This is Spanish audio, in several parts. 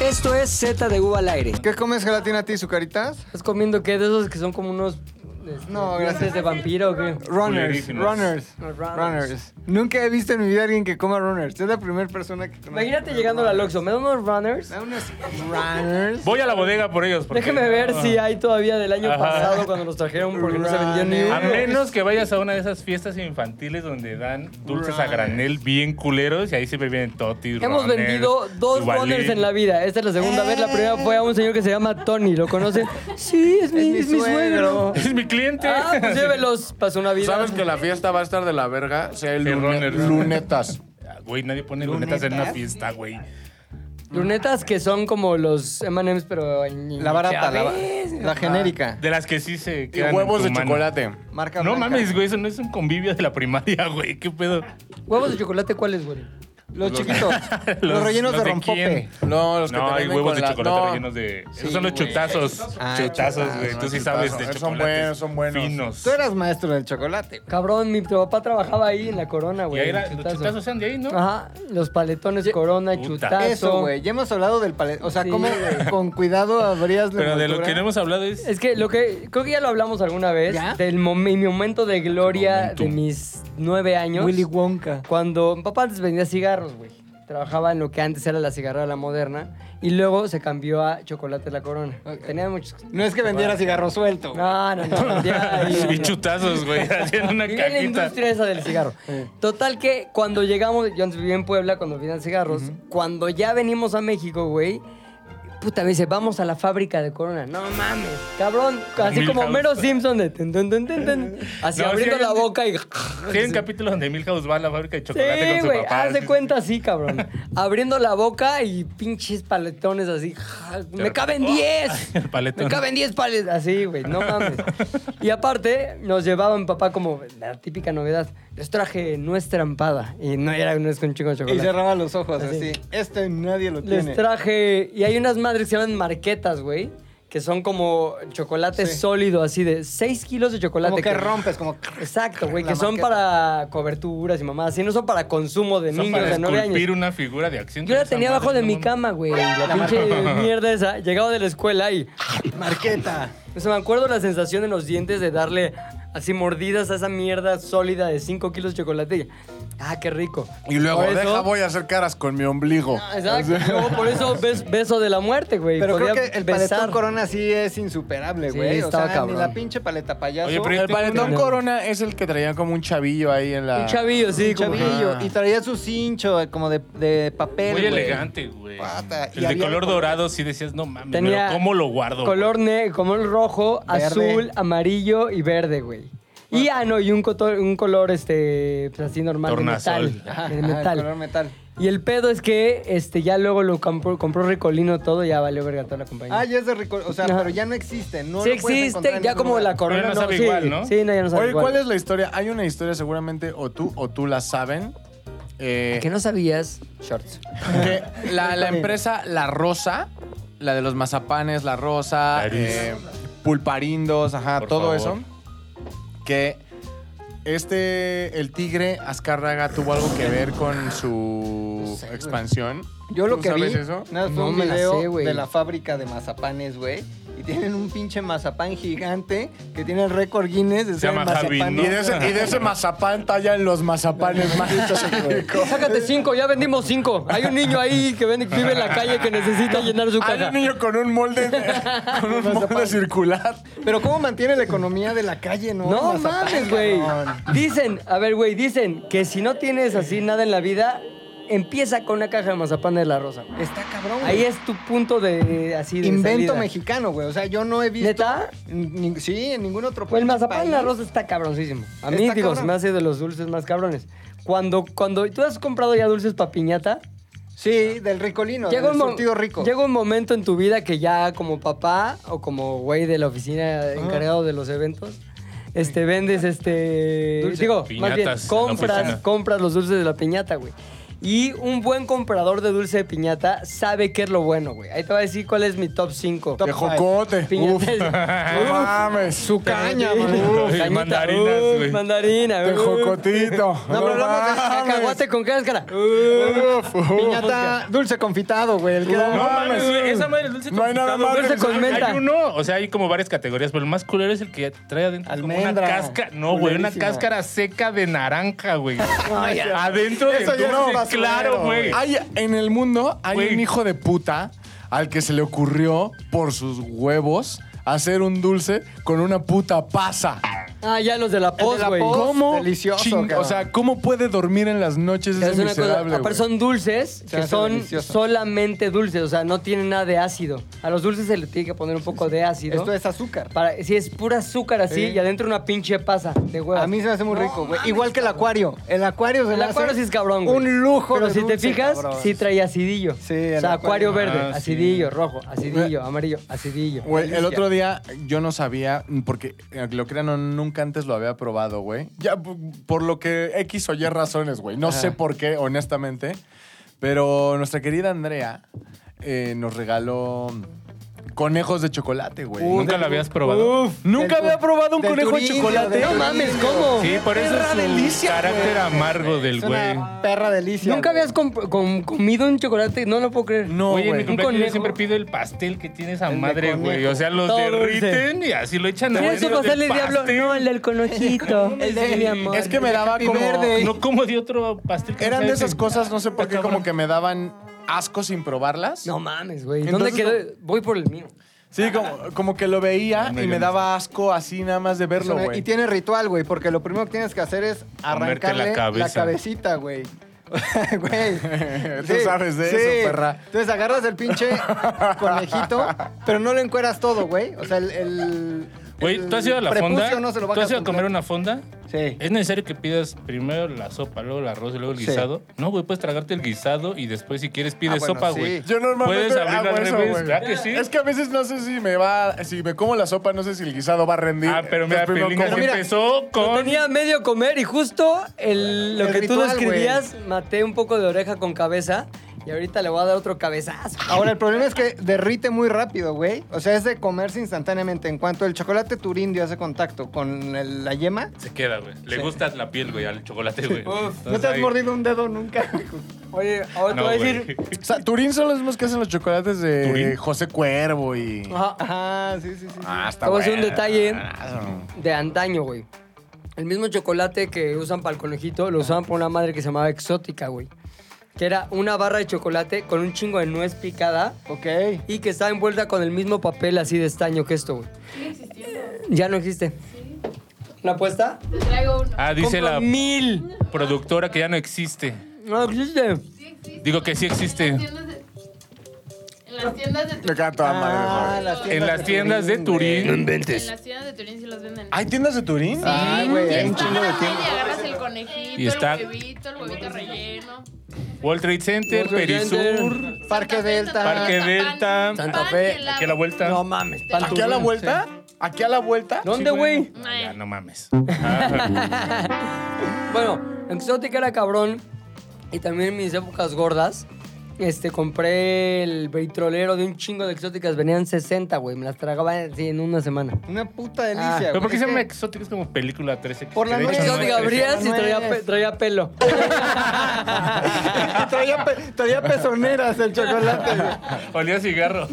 Esto es Z de U al aire. ¿Qué comes gelatina a ti, sucaritas? ¿Estás comiendo qué? De esos que son como unos. este, No, gracias. dulces de vampiro o qué? Runners, Culerísimas. runners, Los runners. runners. Nunca he visto en mi vida a alguien que coma runners. Es la primera persona que conozco. Imagínate llegando al Oxxo. ¿Me dan unos runners? Da unos runners. Voy a la bodega por ellos. porque- Ah. Déjeme ver si hay todavía del año Ajá. pasado cuando los trajeron porque no se vendió ni A uno. Runners. menos que vayas a una de esas fiestas infantiles donde dan dulces a Runners. granel bien culeros y ahí se beben totis. Hemos runners, vendido dos Duvalín. runners en la vida. Esta es la segunda vez. La primera fue a un señor que se llama Tony. ¿Lo conocen? Sí, es mi, es mi suegro. Es mi cliente. Ah, pues llévelos. Pasó una vida. ¿Sabes que la fiesta va a estar de la verga? Si hay Sí, lune- runners. lunetas. Ah, Güey, nadie pone lunetas en una fiesta, güey. Lunetas que son como los M&M's, pero... en- La barata, la, ba- ¿Sabes? la genérica. De las que sí se Y quedan en huevos tu de mano. chocolate. Marca No blanca. mames, güey, eso no es un convivio de la primaria, güey. ¿Qué pedo? ¿Huevos de chocolate cuáles, güey? Los chiquitos. los, rellenos de rompope. quién? No, los que No, te hay venden huevos con de la- chocolate no. rellenos de. Sí, Esos son los güey. chutazos. Ah, chutazos, güey. chutazos, Tú sí chutazos. sabes de Son chocolates. buenos, son buenos. Finos. Tú eras maestro del chocolate. güey. Cabrón, mi papá trabajaba ahí en la corona, Y güey. ahí en era- los Chutazo. chutazos eran de ahí, ¿no? Ajá, los paletones corona, Puta. chutazo. Eso, güey. Ya hemos hablado del palet. O sea, Sí, cómo güey. con cuidado abrías la Pero de lo envoltura? que no hemos hablado es. Es que lo que... Creo que ya lo hablamos alguna vez. ¿Ya? Del momen- mi momento de gloria Momento. de mis nueve años. Willy Wonka. Cuando mi papá antes vendía cigarros, güey. Trabajaba en lo que antes era la cigarrera la moderna. Y luego se cambió a chocolate la corona. Tenía muchos... No es que vendiera cigarro suelto. güey. No, no, no. vendía ahí, Y no. chutazos, güey. Haciendo una Vivía en la cajita. industria esa del cigarro. Total que cuando llegamos, yo antes vivía en Puebla cuando vendían cigarros, cuando ya venimos a México, güey, puta, me dice, vamos a la fábrica de Corona. No mames, cabrón, así como Milhouse. Mero Simpson de... tun, tun, tun, tun, tun, así No, sí abriendo hay la un- boca y... Sí, hay un capítulo donde Milhouse va a la fábrica de chocolate Sí, con su güey, papá. haz de así. cuenta así, cabrón. Abriendo la boca y pinches paletones así. ja, Me caben Oh, 10. el paletón. Me caben 10 paletes. Así, güey, no mames. Y aparte, nos llevaba mi papá como la típica novedad. Les traje nuez trampada. Y no era nuez con chico de Y chocolate. cerraba los ojos así. Así. Este nadie lo tiene. Les traje. Y hay unas madres que se llaman marquetas, güey. Que son como chocolate Sí. sólido, así de 6 kilos de chocolate. Como que que- rompes, como. Exacto, güey, La que son marqueta. para coberturas y mamás, y no son para consumo de Son niños para de 9 años. esculpir una figura de acción. Yo la Esa tenía madre, abajo de no mi mames. cama, güey. La pinche mierda esa. Llegaba de la escuela y. Marqueta. O sea, me acuerdo la sensación en los dientes de darle así mordidas a esa mierda sólida de 5 kilos de chocolate. y, ah, qué rico. Y luego, Por eso- deja, voy a hacer caras con mi ombligo. Ah, Exacto. Luego, por eso bes- beso de la muerte, güey. Pero creo Podía que el besar. paletón corona sí es insuperable, Sí, güey. o estaba sea, cabrón. ni la pinche paleta payaso. Oye, pero yo El tengo paletón una- corona es el que traía como un chavillo ahí en la. Un chavillo, sí, Un como que- chavillo. Ajá. Y traía su cincho eh, como de, de papel. Muy güey. elegante, güey. Pata, y El de había color de- dorado, sí decías, no mames, Tenía pero ¿cómo lo guardo? Color negro, como el rojo, Verde. azul, amarillo y verde, güey. Y ah, no, y un, coto- un color este pues, así normal de Tornasol. metal. de Ajá, ajá, Ah, el metal. color metal. Y el pedo es que este ya luego lo compró, compró Ricolino todo, ya valió verga toda la compañía. Ah, ya es de rico. O sea, Ajá. pero ya no existe. No sí lo puedes encontrar existe, en ya ningún como lugar. la corona Pero ya no sabe sí, igual, ¿no? Sí, no, ya no sabe Oye, igual. ¿cuál es la historia? Hay una historia, seguramente, o tú o tú la saben. eh, Que no sabías, shorts. que la, la bien. empresa La Rosa, la de los mazapanes, La Rosa, Clarice. eh, pulparindos, ajá, Por todo favor. eso. Que este, el tigre Azcárraga tuvo algo que ver con su No sé, güey. expansión. Yo lo ¿Tú que sabes vi eso? nada, fue No un me la video sé, güey. de la fábrica de mazapanes, güey. Y tienen un pinche mazapán gigante que tiene el récord Guinness de Se ser el llama mazapán. Javi, ¿no? Y de, ese, y de ese mazapán tallan los mazapanes más ricos en México. Sácate cinco, ya vendimos cinco. Hay un niño ahí que vende- vive en la calle que necesita llenar su Hay caja. un niño con un molde, con un molde circular. Pero ¿cómo mantiene la economía de la calle, no? No El mazapán, mames, güey. cabrón. Dicen, a ver, güey, dicen que si no tienes así nada en la vida, empieza con una caja de mazapán de la rosa. güey. Está cabrón, güey. Ahí es tu punto de así de Invento salida. mexicano, güey. O sea, yo no he visto. ¿Neta? ni- sí, en ningún otro Pues el mazapán país. de la rosa está cabroncísimo. A mí, Está digo, cabrón. se me hace de los dulces más cabrones. Cuando, cuando tú has comprado ya dulces para piñata, Sí, del ricolino, llega del un, mo- surtido rico. llega un momento en tu vida que ya como papá o como güey de la oficina encargado de los eventos, este, vendes este... Dulce. Digo, más bien, Piñatas en la compras, oficina. compras los dulces de la piñata, güey. Y un buen comprador de dulce de piñata sabe qué es lo bueno, güey. Ahí te voy a decir cuál es mi top 5. De jocote. Uf. Piñates. No mames. Su caña, Uf, man. cañita, mandarinas, uy, güey. Mandarina, De uy. jocotito. No, pero hablamos de mames. cacahuate con cáscara. Uf, uf. Piñata dulce confitado, güey. el que No, No da- mames, mames. güey, esa madre es dulce No hay nada confitado, más güey. dulce con menta. Hay uno, o sea, hay como varias categorías, pero el más culero es el que trae adentro como Almendra. una cáscara. No, güey, una Culerísima. cáscara seca de naranja, güey. adentro de Eso ya es dulce, basurero, claro, güey. Hay, en el mundo hay Güey. un hijo de puta al que se le ocurrió por sus huevos hacer un dulce con una puta pasa. Ah, ya los de la El de post, la güey. pos, ¿Cómo? Delicioso, ching- cabrón. o sea, ¿cómo puede dormir en las noches Es ese una cosa, miserable, aparte güey? son dulces que hace son delicioso. solamente dulces, o sea, no tienen nada de ácido. A los dulces se le tiene que poner un poco de ácido. Esto es azúcar. Para, si es pura azúcar así Sí. y adentro una pinche pasa de huevas. A mí se me hace muy rico, güey. Igual que el acuario. El acuario se El me acuario hace sí es cabrón, güey. Un lujo Pero de si te dulce, fijas, cabrón. sí trae acidillo. Sí, el o sea, acuario, acuario. verde, Ah, sí. acidillo, rojo, acidillo, amarillo, acidillo. Güey, el otro día yo no sabía, porque eh, lo crean o no, nunca antes lo había probado, güey. Ya p- por lo que X o Y razones, güey. No sé por qué, honestamente. Pero nuestra querida Andrea eh, nos regaló conejos de chocolate, güey. Nunca lo habías probado. Nunca Del tu- había probado un del conejo de Turín, chocolate. del No mames, ¿cómo? Sí, por eso es su carácter amargo del Es güey. una perra delicia. Nunca güey. habías comp- com- comido un chocolate, no lo puedo creer. No, Oye, en güey. mi cumpleaños yo conejo. siempre pido el pastel que tiene esa El de madre, güey. conejo. O sea, los Todo derriten y así lo echan ¿Quieres adentro tu pastel de del diablo? pastel. No, el del conojito. El el de- de mi amor. Es que me daba Happy como... Verde. No como de otro pastel. que no Eran de sabe esas ese- cosas, no sé por qué, cabrón. como que me daban asco sin probarlas. No mames, güey. ¿Dónde Entonces, quedó? Voy por el mío. Sí, como, como que lo veía No, y yo me no. daba asco así nada más de verlo, Eso no- güey. Y tiene ritual, güey, porque lo primero que tienes que hacer es Comerte arrancarle la la, cabeza. cabecita, güey. Güey. Tú sabes de eso, perra. Entonces agarras el pinche conejito, pero no lo encueras todo, güey. O sea, el. el- Güey, el ¿tú has ido a la prepucio fonda? No se lo ¿Tú has ido a completo. comer una fonda? Sí. ¿Es necesario que pidas primero la sopa, luego el arroz y luego el Sí. guisado? No, güey, puedes tragarte el guisado y después si quieres pides Ah, bueno, sopa, sí. güey. Yo normalmente Puedes abrir hago al eso, revés, güey. ¿verdad que sí? Ah, Es que a veces no sé si me va, si me como la sopa, no sé si el guisado va a rendir. Ah, pero mira, Entonces, primero Pilinga como- se empezó Lo con... tenía medio comer y justo el- lo El que tú ritual, describías, maté un poco de oreja con cabeza y ahorita le voy a dar otro cabezazo. Ahora, el problema es que derrite muy rápido, güey. O sea, es de comerse instantáneamente. En cuanto el chocolate turindio hace contacto con el- la yema, Se queda, güey. Le gusta la piel, güey, al chocolate, güey. no te has mordido un dedo nunca. güey. Oye, ahora No, te voy a güey. decir. O sea, Turín son los mismos que hacen los chocolates de ¿Turín? José Cuervo y. Ajá. Ah, Ajá, sí, sí, sí. Ah, Te está voy a hacer bueno. un detalle de antaño, güey. El mismo chocolate que usan para el conejito lo usaban para una madre que se llamaba Exótica, güey. Que era una barra de chocolate con un chingo de nuez picada Ok. y que estaba envuelta con el mismo papel así de estaño que esto, güey. Sigue existiendo. Ya no existe. ¿Una apuesta? Te traigo uno. Ah, dice Compro la mil. productora que ya no existe. No existe. Sí existe. Digo que sí existe. En las tiendas de- en las tiendas de Me cae toda madre. güey. Ah, las En las tiendas de güey. Turín... En las tiendas de Turín sí los venden. ¿Hay tiendas de Turín? Ay, güey, hay un Están chingo a de la tiendas. media, agarras el conejito, Y está- el huevito, el huevito relleno. World Trade Center, World Trade Perisur, Center. Parque Delta. Parque Delta, Santa Fe, aquí a la vuelta. No mames. pan ¿Aquí a la turín. vuelta? ¿Aquí a la vuelta? ¿Dónde, güey? Ah, Ya, no mames. Bueno, Exótica era cabrón. Y también en mis épocas gordas, este, compré el britrolero de un chingo de exóticas. Venían 60, güey. Me las tragaba así en una semana. Una puta Ah, delicia, ¿Pero por qué güey. se llama exótica? Es como película 13. Por la que de noche. hecho no es Exótica, 13. abrías y traía, no pe- es. traía pelo. traía, pe- traía pezoneras el chocolate, güey. Olía a cigarro.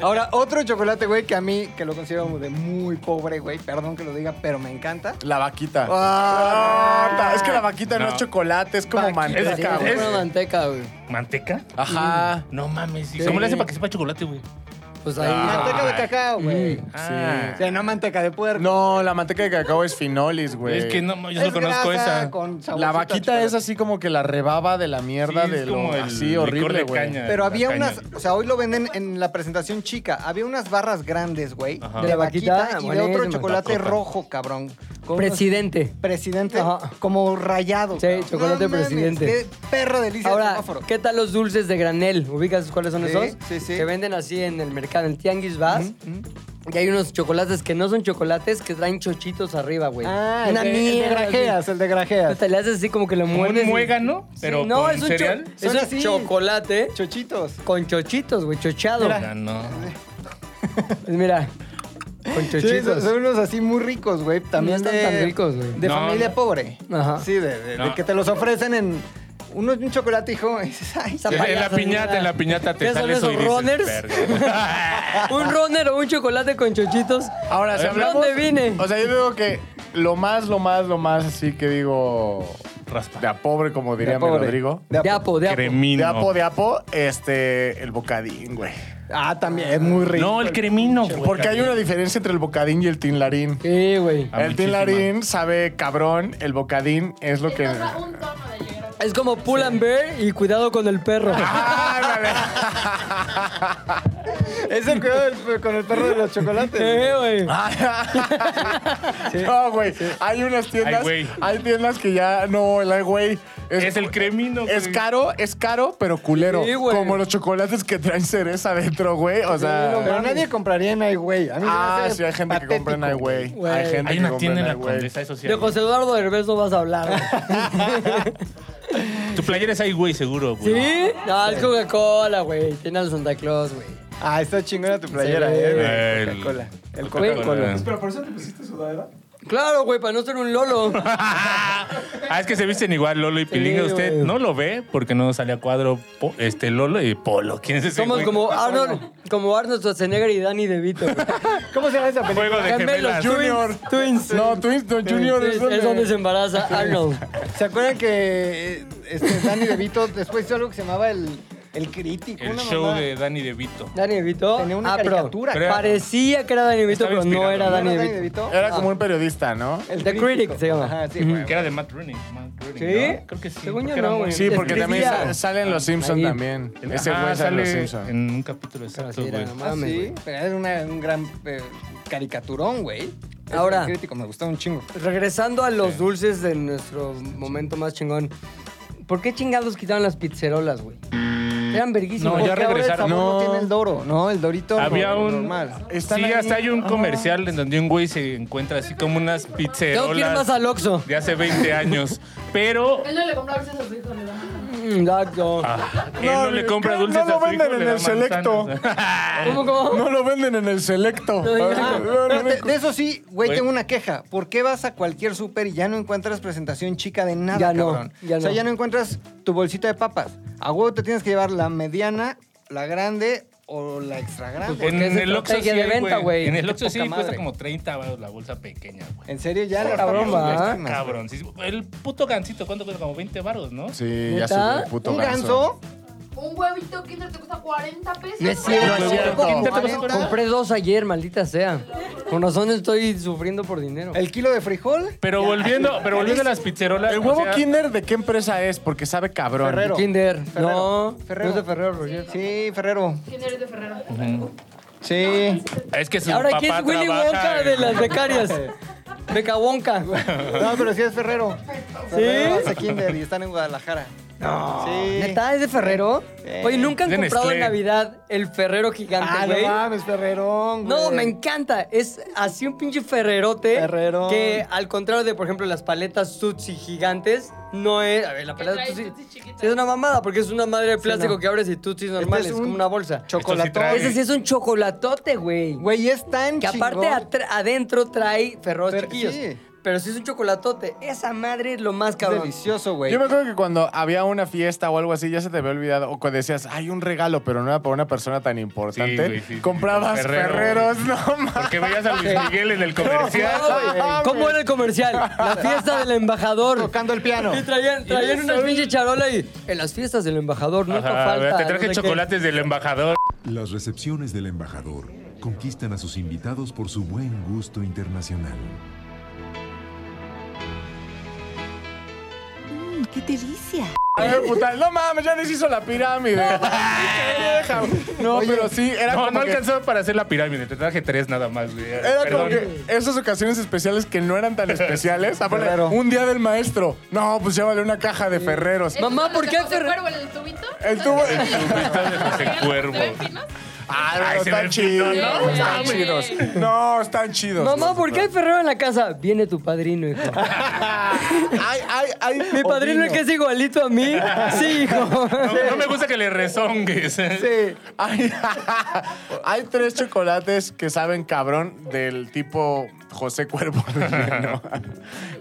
Ahora, otro chocolate, güey, que a mí, que lo considero de muy pobre, güey. Perdón que lo diga, pero me encanta. La vaquita. Ah. Ah, es que la vaquita no, No. es chocolate, es como Vaquita. manteca, Es- güey. Es una manteca, güey. ¿Manteca? Ajá. Ah, No mames. ¿y ¿Cómo le hace para que sepa chocolate, güey? Pues ahí. Ah, Manteca de cacao, güey. Ah. O sea, no manteca de puerco. No, la manteca de cacao es finolis, güey. Es que no, yo Es no conozco grasa esa. con saborcito La a vaquita chocolate. es así como que la rebaba de la mierda Sí, es de lo como el así licor horrible, de güey. caña. Pero había La caña. unas, o sea, hoy lo venden en la presentación chica. Había unas barras grandes, güey. De Ajá. De la vaquita, vaquita y de otro buenísimo. chocolate Tacota. rojo, cabrón. Con unos- Presidente. Presidente, Ajá. como rayado. Sí, cabrón. chocolate mames, presidente. Qué perro delicia de Ahora, semáforo. ¿qué tal los dulces de granel? ¿Ubicas cuáles son Sí, esos? sí, sí. Que venden así en el mercado, en Tianguis vas. Y hay unos chocolates que no son chocolates, que traen chochitos arriba, güey. Ah, el Una de, el de mierda, grajeas, el de así. grajeas. Te le haces así como que lo Como muerdes. un y- muégano, Sí, pero no, con es un cho- cereal. es Son un así. chocolate Chochitos. con chochitos, güey, chochado. Ya no. Pues Mira, con Sí, son, chochitos. son unos así muy ricos, güey. También No están de- tan ricos, güey. De No, familia no. pobre. Ajá. Sí, de, de- de No. que te los ofrecen en uno un chocolate, hijo. Y dices, ay, Esa En payasa, la piñata, mira. en la piñata te ¿Qué son sale eso esos y dices, runners? "Verga". un runner o un chocolate con chochitos. Ahora, si ¿De hablamos- dónde vine? O sea, yo digo que lo más, lo más, lo más así que digo. Raspa. De a pobre, como diría mi pobre. Rodrigo. De a De po- apo, de apo. De Cremino. a po, de a po, este. El bocadín, güey. Ah, también es muy rico. No, el cremino, güey. Porque hay una diferencia entre el bocadín y el tinlarín. Sí, güey. Ah, El tinlarín sabe cabrón, el bocadín es lo que. Esto da un tono de llegar a- Es como pull and bear y cuidado con el perro. Ah, ¡Ándale! Es el cuidado del- con el perro de los chocolates. Eh, güey. Ah, No, güey. Hay unas tiendas. Ay, güey. hay tiendas que ya. No, el ay, güey. Es el cremino, Es güey. caro, es caro, pero culero. Sí, güey. Como los chocolates que traen cereza adentro, güey. O Pero sea. nadie compraría en iWay. A mí se me Ah, hace sí, hay gente que patético. compra en ay, güey. Güey. Hay gente Hay que una compra en tienda en la ay, güey. Condesa, eso sí. De hay. José Eduardo Derbez no vas a hablar, güey. Tu playera es ahí, güey, seguro, güey. ¿Sí? No, es Coca-Cola, güey. Tiene al Santa Claus, güey. Ah, está chingona tu playera, Sí, eh, güey. el- Coca-Cola. El Güey. Coca-Cola. Pero por eso te pusiste sudadera. Claro, güey, para no ser un lolo. ah, es que se visten igual Lolo y Pilinga. Sí, Usted güey. no lo ve porque no sale a cuadro po- este Lolo y Polo. ¿Quién es ese Somos güey? como Arnold, como Arnold Schwarzenegger y Danny DeVito. güey. ¿Cómo se llama esa película? Juego de Gemelos gemelas. Junior. Twins. No, Twins, no, Junior Twins, es donde- es donde se embaraza Arnold. ¿Se acuerdan que eh, este, Danny DeVito después hizo algo que se llamaba El, el Crítico? El una show mamada? de Danny DeVito. Danny DeVito. Tenía una ah, pero caricatura, creo. Parecía que era Danny DeVito, Estaba pero no inspirado. era ¿No Danny era DeVito. Era como un periodista, ¿no? El The Critic se llama. Ajá, sí, güey. Que era de Matt Rooney. Matt Rooney, ¿Sí? ¿no? Creo que sí. Según yo porque era no, muy- güey. Sí, porque Escribía. también sa- salen los Simpsons Ahí. también. Ese Ajá, güey sale en sale los Simpsons. En un capítulo exacto, Así era, güey. no Ah, mames, sí, güey. pero era una- un gran eh, caricaturón, güey. Es Ahora. El Crítico me gustaba un chingo. Regresando a los dulces de nuestro momento más chingón. ¿Por qué chingados quitaron las pizzerolas, güey? Eran verguísimos. No, ya Porque ahora el regresaron. sabor No. No. tiene el Doro, ¿no? El Dorito Había no- un. normal. Están sí, ahí. hasta hay un comercial en donde un güey se encuentra así como unas Tengo que ir más pizzerolas al Oxxo. de hace 20 años. Pero Él no le compraba dulces a su hijo, le daba. Mm, Exacto. ah, él No, no le compra no dulces lo a su hijo, venden le en da el selecto. manzanas. ¿Cómo, cómo? No lo venden en el selecto. No, ya. Ah, Pero de, de eso sí, güey, Güey. tengo una queja. ¿Por qué vas a cualquier súper y ya no encuentras presentación chica de nada, Ya no, cabrón? ya O sea, no. ya no encuentras tu bolsita de papas. A huevo te tienes que llevar la mediana, la grande o la extra grande. Porque es Pues En el Oxxo sí, estrategia de venta, güey. güey. En el Oxxo Poca sí cuesta madre. como 30 baros la bolsa pequeña, güey. En serio, ya la Cabrón, va. Cabrón. sí, El puto gancito, ¿cuánto cuesta? Como 20 baros, ¿no? Sí, ya ¿Neta? subió el puto Un ganso. ganso, Un huevito Kinder te cuesta 40 pesos. No es cierto. No es cierto. Compré- ¿Te costó? Compré dos ayer, maldita sea. Con razón estoy sufriendo por dinero. el kilo de frijol. Pero volviendo, pero volviendo a las pizzerolas. El o huevo sea, Kinder, ¿de qué empresa es? Porque sabe cabrón. Ferrero. Kinder. Ferrero. No. Ferrero. No es de Ferrero, Roger. Sí, Ferrero. Kinder es de Ferrero. Sí. Es que su Ahora, papá ¿quién es Willy trabaja Wonka de en- las becarias? Beca Wonka. No, pero sí es Ferrero. Ferrero hace Kinder y están en Guadalajara. No. Sí. ¿Neta? ¿Es de Ferrero? Eh. Oye, nunca han De comprado en Nestlé. Navidad el Ferrero gigante, Ah, no güey. mames, Ferrerón, güey. No, me encanta. Es así un pinche ferrerote. Ferrero. Que al contrario de, por ejemplo, las paletas Tutsi gigantes, no es. A ver, la Que paleta trae Tutsi. Tutsi chiquitas. Es una mamada porque es una madre de plástico no. Este que abres y Tutsis normales, es es como un una bolsa. Chocolatón. trae. Ese sí es un chocolatote, güey. Güey, es tan Que aparte chingón. atr- adentro trae ferros Pero- chiquillos. sí. Pero sí es un chocolatote. Esa madre es lo más Es cabrón. delicioso, güey. Yo me acuerdo que cuando había una fiesta o algo así, ya se te había olvidado. O cuando decías, hay un regalo, pero no era para una persona tan Sí, importante. güey, sí, sí. comprabas Ferrero. Ferreros, no mames. Porque veías a Luis Miguel en el Claro, comercial. güey. ah, ¿Cómo era el comercial? La fiesta del embajador. Tocando el piano. Y traían, traían una pinche charola y en las fiestas del embajador nunca Ajá, falta. te no sé traje qué. chocolates del embajador. Las recepciones del embajador conquistan a sus invitados por su buen gusto internacional. Mm, ¡Qué delicia! A ver, puta, no mames, ya les hizo la pirámide. No, Oye, pero sí, era No, como no que- alcanzó para hacer la pirámide. Te traje tres nada más, güey. Era como Perdón. que esas ocasiones especiales que no eran tan especiales. Aparte, Ferrero. un día del maestro. No, pues llévale una caja de Ferreros. Eh, Mamá, ¿por qué hace Ferrero? cuervo en el tubito? El tubo- Tubitos de José ¿Se Cuervo. ven finos? Ah, no, se están me chidos. pintó, No, ¿no? están Sí. chidos. No, están chidos. Mamá, ¿por qué hay Ferrero en la casa? Viene tu padrino, hijo. Ay, ay, ay. Mi padrino es que es igualito a mí. Sí, hijo. No, no me gusta que le rezongues. ¿eh? Sí. Hay, hay tres chocolates que saben cabrón del tipo José Cuervo. ¿no?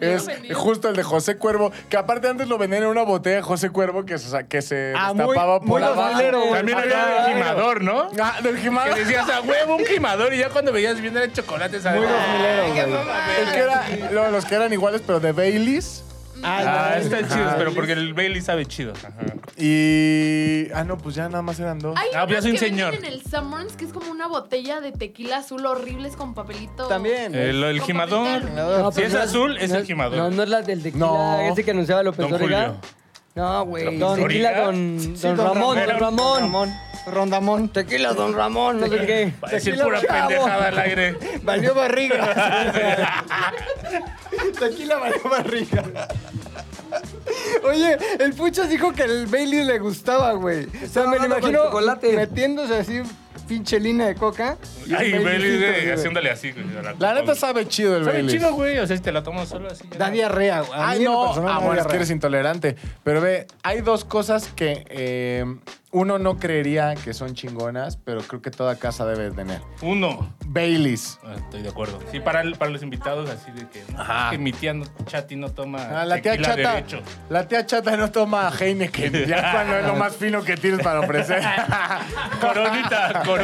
Es ofendido. justo el de José Cuervo, que aparte antes lo vendían en una botella de José Cuervo que se, sa- que se Ah, muy- destapaba por muy abajo. dosadero, güey. También había el gimador, ¿no? Ah, del Que Jimado. decías a huevo un gimador y ya cuando veías bien el chocolate, ¿sabes? Muy Ah, dos mileros, güey. El que era- no, los que eran iguales, pero de Baileys. Ah, están chidos, Ajá. pero porque el Bailey sabe chido. Ajá. Y. Ah, no, pues ya nada más eran dos. Hay Ah, pues ya unos soy un que venden señor. en el Summers que es como una botella de tequila azul horribles con papelito. También. El, el gimador. No, Si pero es no azul, es no el gimador. No, no es la del tequila. No. Ese que anunciaba López Don Dóriga. Julio. No, güey. López Tequila Dóriga. don, Sí, don Ramón, Ramón. Don Ramón. Rondamón. Tequila Don Ramón, no sé qué. Va a decir Tequila, pura chavo. pendejada al aire. Valió barriga. Tequila valió barriga. Oye, el Puchas dijo que el Bailey le gustaba, güey. O sea, me lo hablando con imagino chocolate. metiéndose así pinche lina de coca. y un Ay, Bailey, Baileycito, güey, güey. haciéndole así. güey, a La neta copa, sabe chido el güey. Sabe Baileys. chido, güey. O sea, si te lo tomas solo así. ya Da no. diarrea, güey. A Ay, mí en lo no. personal Ah, me da bueno, es que diarrea. eres intolerante. Pero ve, hay dos cosas que eh, uno no creería que son chingonas, pero creo que toda casa debe tener. Uno. Baileys. Ah, Estoy de acuerdo. Sí, para, el- para los invitados, así de que, no, Ajá. que mi tía no, Chati no toma. Ah, la tía tequila chata. derecho. La tía chata no toma Heineken. Ya cuando es lo más fino que tienes para ofrecer. Coronita, coronita.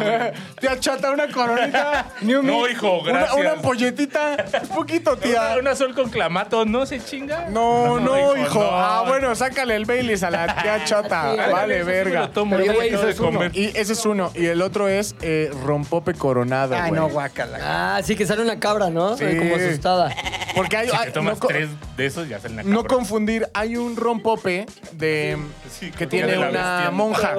güey. tía chata, una coronita. Ni un No, mil. hijo, Una- gracias. Una, polletita. Un poquito, tía. Una, una sol con clamato, ¿no se chinga? No, no, hijo. no. Ah, bueno, sácale el Baileys a la tía chata. Sí, vale, Ah, eso sí me verga. lo tomo, Pero, no me güey, acabo eso de es uno. comer. Y ese es uno. Y el otro es eh, rompope coronado, Ay, güey. no, guácala. Ah, sí, que sale una cabra, ¿no? Eh, Sí. Como asustada. Porque hay, Si hay- te tomas no, co- tres de esos, ya salen a no cabrón. confundir, hay un rompope de Sí, sí, que como tiene de la una bestia. monja.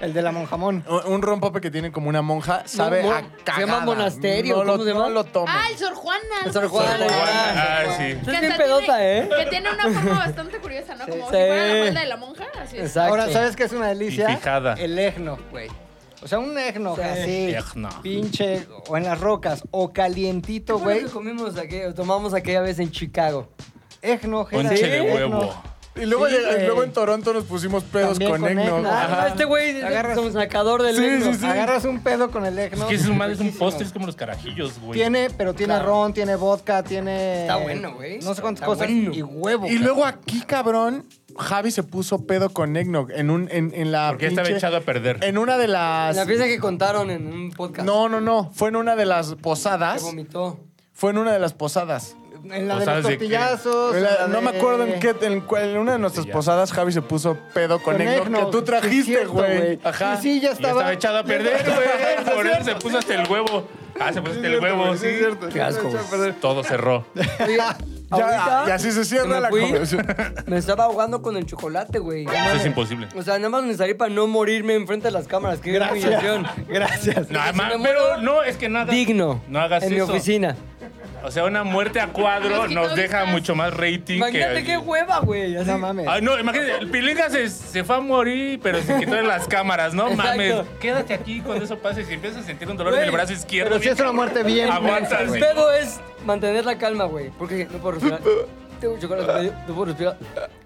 El de la monjamón. O- Un rompope que tiene como una monja, sabe mon- a se llama cagada. monasterio, No lo- ¿cómo se llama? No lo tomen. Ah, el Sor Juana. El Sor Sor Juana. Juana, Ah, sí. Estás hasta bien tiene- pedota, ¿eh? Que tiene una forma bastante curiosa, ¿no? Como Sí. si fuera la falda de la monja. Así es. Exacto. Ahora, ¿sabes qué es una delicia? Y fijada. El egno, güey. O sea, un egno Sí. así. Egno. Pinche, o en las rocas, o calientito, Fue lo güey. que comimos aquella, tomamos aquella vez en Chicago. Egno, Pues Ponche Gerard, de egno. huevo. Y luego, Sí, llega- y güey. luego en Toronto nos pusimos pedos También con, con Egno. Egno. Ah, Ajá. este güey es Agarras- un sacador del Sí, himno. sí, sí. Agarras un pedo con el egno. Es que es un, es un riquísimo. postre, es como los carajillos, güey. Tiene, pero tiene Claro. ron, tiene vodka, tiene. Está bueno, güey. No sé cuántas Está cosas. bueno. Y huevo. Y luego aquí, cabrón, Javi se puso pedo con Egno en, un, en, en la. Porque estaba pinche- echado a perder. En una de las. La pieza que contaron en un podcast. No, no, no. Fue en una de las Se posadas. vomitó. Fue en una de las posadas. En la de los Cosas de que- tortillazos. En la- en la no me de- acuerdo en qué. En, cuál- en una de nuestras Ya. posadas, Javi se puso pedo con, Con Egno, Egno, que tú sí, trajiste, cierto, güey. güey. Ajá. Sí, sí, ya Y ya estaba estaba. echado a perder, güey. Por eso se puso hasta el huevo. Ah, se puso hasta el huevo. Sí, es sí. Pues, cierto. Qué asco, güey. Todo cerró. Ya, Ahorita y así se que cierra me la fui, conversación. Me estaba ahogando con el chocolate, güey. Eso es imposible. O sea, nada más me salí para no morirme enfrente de las cámaras. Qué gran humillación. Gracias. No, Si ma- me muero, pero no, es que no hagas. Digno. No hagas En eso. mi oficina. O sea, una muerte a cuadro Es que nos no deja vistas. mucho más rating Imagínate que. qué hueva, güey. así. No mames. Ay, Ah, no, imagínate, el Pilinga se, se fue a morir, pero se quitó de las cámaras, no Exacto. mames. Quédate aquí cuando eso pase. Si empiezas a sentir un dolor en el Güey, brazo izquierdo. Pero si bien es una cabrón, muerte bien. Aguanta, El güey. pedo es mantener la calma, güey. Porque no puedo respirar. Tengo chocolate, no puedo respirar.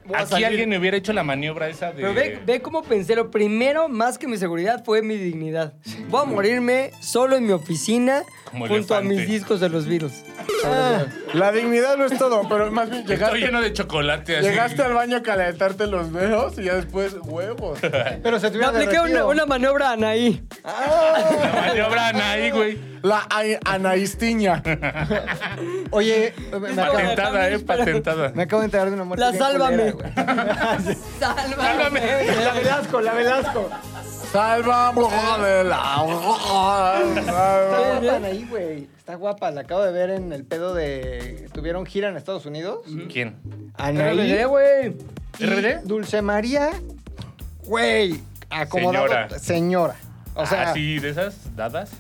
Voy a Aquí salir. alguien me hubiera hecho la maniobra esa de. Pero ve, ve cómo pensé. Lo primero, más que mi seguridad, fue mi dignidad. Voy a morirme solo en mi oficina Como junto a elefante. mis discos de los virus. Ah, La dignidad no es todo, pero más bien Estoy llegaste. lleno de chocolate. así. Llegaste al baño a calentarte los dedos y ya después huevos. Pero se Me tuviera apliqué una, derretido. una maniobra a Anaí. La maniobra Anaí, güey. La ai- anaistiña. Oye, me acabo, Patentada, eh, patentada. me acabo de enterar de una muerte. La bien sálvame. culera, güey. Sálvame. La Velasco, la Velasco. Salva de Está la. guapa Anaí, güey. Está guapa. La acabo de ver en el pedo de. Tuvieron gira en Estados Unidos. Mm. ¿Quién? RBD, Anaí. güey. y ¿RBD? Dulce María. Güey. Acomodado. Señora. Señora. O sea. ah, sí, de esas dadas.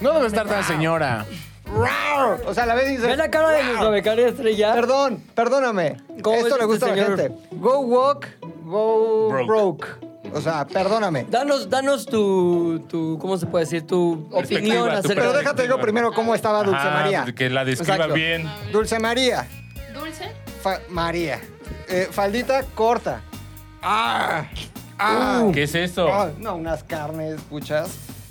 No debe estar tan señora. ¡rar! O sea, la ves y dices. "Ah, Ve la cara de nuestra becaria estrella. Perdón, perdóname. ¿Cómo Esto es le gusta este a la señor? gente. Go walk, go Broke. broke. O sea, perdóname. Danos, danos tu, tu, ¿cómo se puede decir? Tu Perspectiva, opinión tu acerca Pero de... déjate, digo primero cómo estaba Dulce Ajá, pues María. Que la describa Exacto. bien. Dulce María. ¿Dulce? Fa- María. Eh, faldita corta. ¡Ah! ¡Ah! ¿Qué es eso? Ah, no, unas carnes, puchas,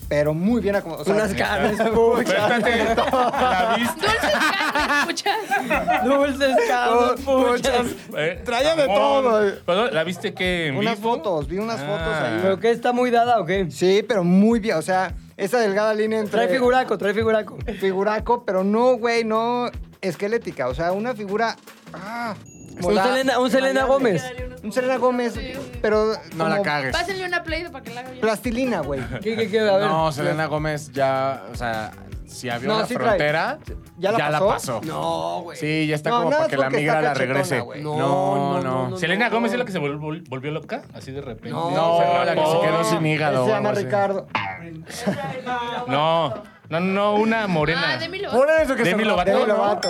pero muy bien acomodadas. O sea, Unas carnes, Pero pucha. espérate, la vista. Dulce carne, escuchas. Dulces carnes, puchas. eh, Traía de jamón. todo, eh. Pero, ¿La viste que en Unas vivo? fotos, vi unas fotos Ah. ahí. ¿Pero qué? ¿Está muy dada o qué? Sí, pero muy bien. O sea, esa delgada línea entre. Trae figuraco, trae figuraco. Figuraco, pero no, güey, no esquelética. O sea, una figura. Ah, Un moda- Selena, un Selena Gómez. Un Selena Gómez, pero. No la como cagues. Pásenle una play para que la haga bien. Ah, Plastilina, güey. ¿Qué, qué, qué? A ver. No, Selena Gómez ya, o sea, si había No, una sí trae. frontera, ¿Ya la pasó? No, güey. Sí, ya está No, como nada para es que la porque amiga está la cachetona, regrese. güey. No, No, no. no, no. ¿Selena Gómez es la que se vol- vol- volvió loca? Así de repente. No, No, Se la que se rapó. quedó sin hígado. Se o llama algo así. Ricardo. No, no, no, no, una morena. Ah, Demi Lovato. Por eso que Demi se Lovato. rapó, Demi ¿no? Lovato.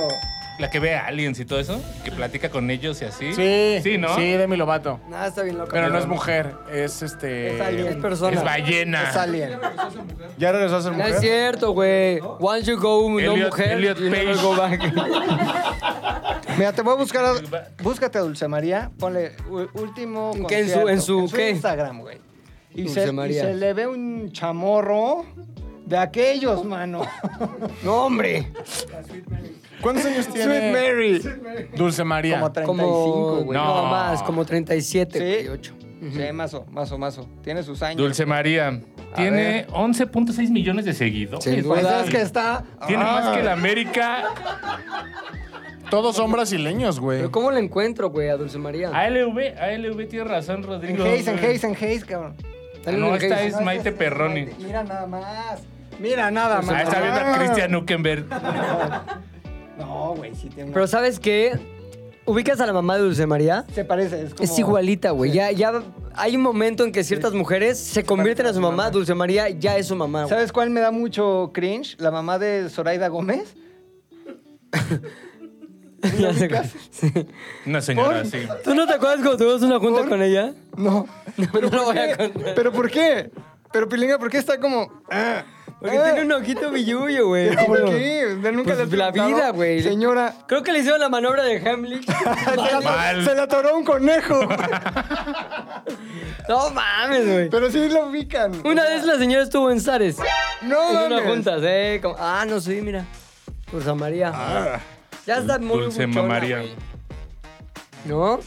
La que ve a aliens y todo eso, que platica con ellos y así. Sí, Sí, ¿no? Sí, Demi Lovato. Nada, está bien loca. Pero no es mujer, es este. Es alguien. Es persona. Es ballena. Es alien. ¿Ya regresó a ser No mujer? es cierto, güey. Once you go, no Elliot- mujer, Elliot you never Page. go back. Mira, te voy a buscar. a- búscate a Dulce María. Ponle u- último. ¿En qué? ¿En su- concierto, en su qué? Instagram, güey. Y, Dulce se, y María. se le ve un chamorro de aquellos, mano. No, hombre. ¿Cuántos años Eh, Sweet tiene? Mary. Dulce María. Como 35, Como, güey. no. No. más, como 37, Sí. 38. Sí, mazo, mazo, mazo. Tiene sus años. Dulce María. Tiene ver. 11.6 millones de seguidores. Sin Pues duda. es que está. Tiene Ah, más que la América. Todos son brasileños, güey. Pero ¿cómo la encuentro, güey, a Dulce María? ALV, ALV tiene razón, En Rodrigo. Hayes, en Hayes, en Hayes, cabrón. Dale no, una esta que- es- No, Maite este Perroni. Maite. Mira nada más. Mira nada más. Ah, está viendo a Christian Nuckenberg. No, güey, sí tiene. Pero ¿sabes qué? ¿Ubicas a la mamá de Dulce María? se parece, es como. Es igualita, güey. Ya, ya hay un momento en que ciertas mujeres se convierten en su mamá. Dulce María ya es su mamá. güey. ¿Sabes cuál me da mucho cringe? La mamá de Zoraida Gómez. Ya sé cuál. Sí. Una señora así. ¿Tú no te acuerdas cuando tuvimos una junta con ella? No. no lo ¿por voy a qué? contar. ¿Pero por qué? Pero Pilinga, ¿por qué está como.? ah, Porque ah? tiene un ojito billuyo, güey. ¿Pero ¿Por qué? De Nunca Pues le has la preguntado. vida, güey. Señora. Creo que le hicieron la maniobra de Heimlich. Se le atoró- Mal. se le atoró un conejo. no mames, güey. pero sí lo ubican. Una vez la señora estuvo en Zares. No en una mames. junta, ¿eh? como- Ah, no sé, mira. Dulce María. Ya está muy Dulce buchona, María. güey. ¿No?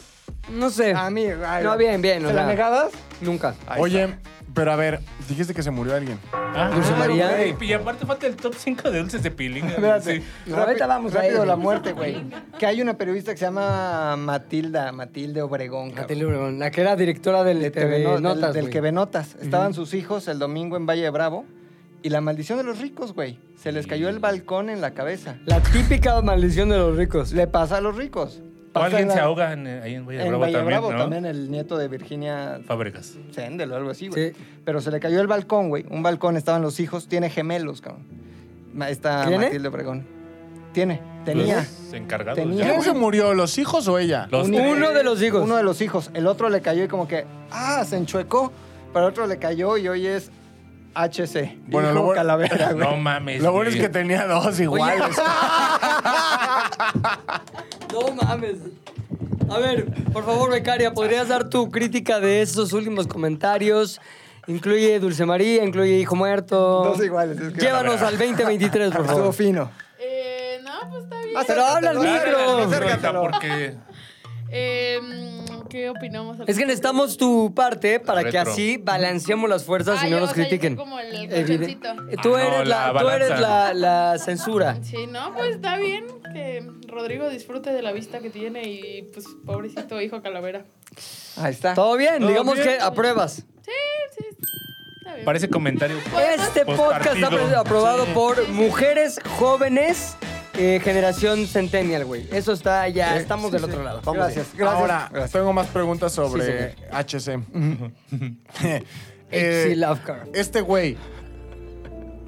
No sé. A mí, ay, No, bien, bien, o ¿Se la sea. negabas? Nunca. Oye, pero a ver, dijiste que se murió alguien. Ah, Dulce María. güey, Y aparte falta el top 5 de dulces de pilinga. Espérate. Sí. No, ahorita vamos a rápido ir. la muerte, güey. Que hay una periodista que se llama Matilda, Matilde Obregón. cabrón. Matilde Obregón, la que era directora del De TV TV No- del- Notas, del güey. que ve notas. Estaban sus hijos el domingo en Valle de Bravo y la maldición de los ricos, güey. Se les cayó el balcón en la cabeza. La típica maldición de los ricos. Le pasa a los ricos. O Pasa alguien en la- se ahoga en, eh, ahí en Valle de En Bravo Valle de también, Bravo ¿no? también el nieto de Virginia Fábregas. Sendel o algo así, güey. Sí. Pero se le cayó el balcón, güey. Un balcón, estaban los hijos, tiene gemelos, cabrón. Ma- Está ¿Tiene? Matilde Obregón. Tiene, tenía. Los encargados. Tenía. ya. ¿Quién se murió? ¿Los hijos o ella? Los Uno de los hijos. Uno de los hijos. El otro le cayó y como que, ah, se enchuecó. Pero el otro le cayó y hoy es HC. Bueno, Hijo lo bueno- calavera, güey. No mames. Lo bueno es güey. que tenía dos iguales. No mames. A ver, por favor, becaria, ¿podrías dar tu crítica de esos últimos comentarios? Incluye Dulce María, incluye Hijo Muerto. Dos iguales, es que- Llévanos al 2023, por Estuvo favor. fino. Eh, no, pues está bien. Pero habla al Acércatelo, micro. acércatelo, Porque Eh, mm, ¿Qué opinamos? al Es que respecto? necesitamos tu parte para que Retro. así balanceemos las fuerzas Ah, y no yo, nos o sea, yo soy critiquen. como el Evide- colchoncito. Tú Ah, no, eres, la, la tú eres la, balanza. la censura. Sí, no, pues está bien que Rodrigo disfrute de la vista que tiene y pues pobrecito hijo calavera. Ahí está. Todo bien, Todo digamos bien. que apruebas. Sí, sí, está bien. parece comentario. Este podcast está Postpartido. aprobado por mujeres jóvenes, eh, generación centennial, güey. Eso está ya, estamos del otro lado. Vamos Gracias, bien. gracias. Ahora, Gracias. tengo más preguntas sobre HC. Eh, HC Love Car. este güey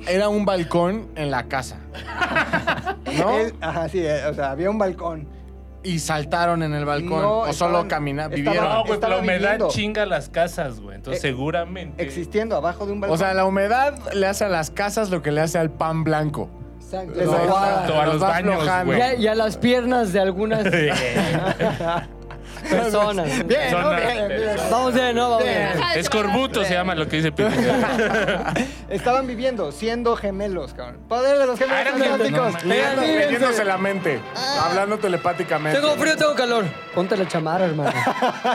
era un balcón en la casa. ¿No? Él- ajá, sí, eh, o sea, había un balcón. y saltaron en el balcón. No, o estaban- solo caminaron, estaban- vivieron. No, güey, Estaba la humedad viviendo. chinga las casas, güey. Entonces, Eh, seguramente. Existiendo abajo de un balcón. O sea, la humedad le hace a las casas lo que le hace al pan blanco. Exacto. Les Lo afecta. aguada. Exacto, a Nos los va baños, aflojando. güey. Ya- Y a las piernas de algunas Eh, personas. Bien, Son ¿no? las- Bien, bien. Vamos bien, ¿no? Vamos Bien. bien. Escorbuto se llama lo que dice Pipi. Estaban viviendo, siendo gemelos, cabrón. Poder de los gemelos Ah, eran fantásticos. gemelos, no, Eran no. gemelos. Metiéndose la mente, hablando telepáticamente. Tengo frío, tengo calor. Ponte la chamarra, hermano.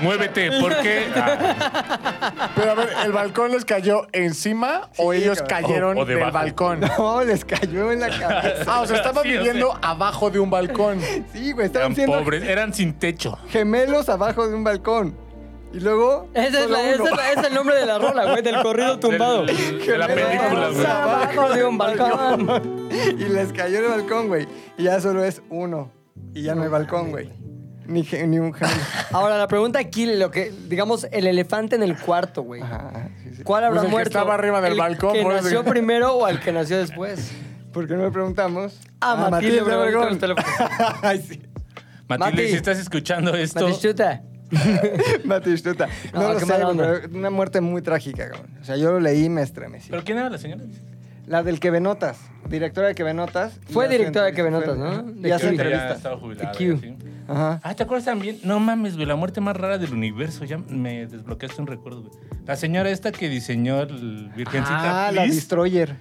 Muévete, ¿por qué? Ah, Pero a ver, ¿el balcón les cayó encima o Sí, ellos cabrón. cayeron O- o del debajo. balcón? No, les cayó en la cabeza. Ah, o sea, estaban Sí, o sea. viviendo abajo de un balcón. Sí, güey, estaban eran siendo pobres, eran sin techo. gemelos abajo de un balcón. Y luego. Ese es, solo la- ese uno. es la- es el nombre de la rola, güey, del corrido tumbado. Del- de la película, Gemelos güey. Abajo de un balcón. y les cayó en el balcón, güey. Y ya solo es uno. Y ya no hay balcón, güey. Ni, ge- ni un gemelo. Ahora, la pregunta aquí, lo que, digamos, el elefante en el cuarto, güey. Ajá, Ah, sí, sí. ¿Cuál habrá Pues el que muerto? estaba arriba del ¿El balcón, que por eso nació dije. primero o al que nació después? ¿Por qué no le preguntamos? Ah, Matilde Obregón. Ay, sí. Matilde, Mati. si estás escuchando esto, Matichuta. Matistuta. No, No, lo qué sé, mala güey, onda. pero una muerte muy trágica, cabrón. O sea, yo lo leí y me estremecí. ¿Pero quién era la señora? La del Quevenotas, directora de Quevenotas. Fue Y hace directora de entrevistas, Quevenotas, fue- ¿no? Y De hace Q. Ya entrevistas. estaba jubilada. The Q. sí. Ajá. Ah, ¿te acuerdas también? No mames, güey, la muerte más rara del universo. Ya me desbloqueaste un recuerdo, güey. La señora esta que diseñó el Virgencita Ah, la Please. Destroyer.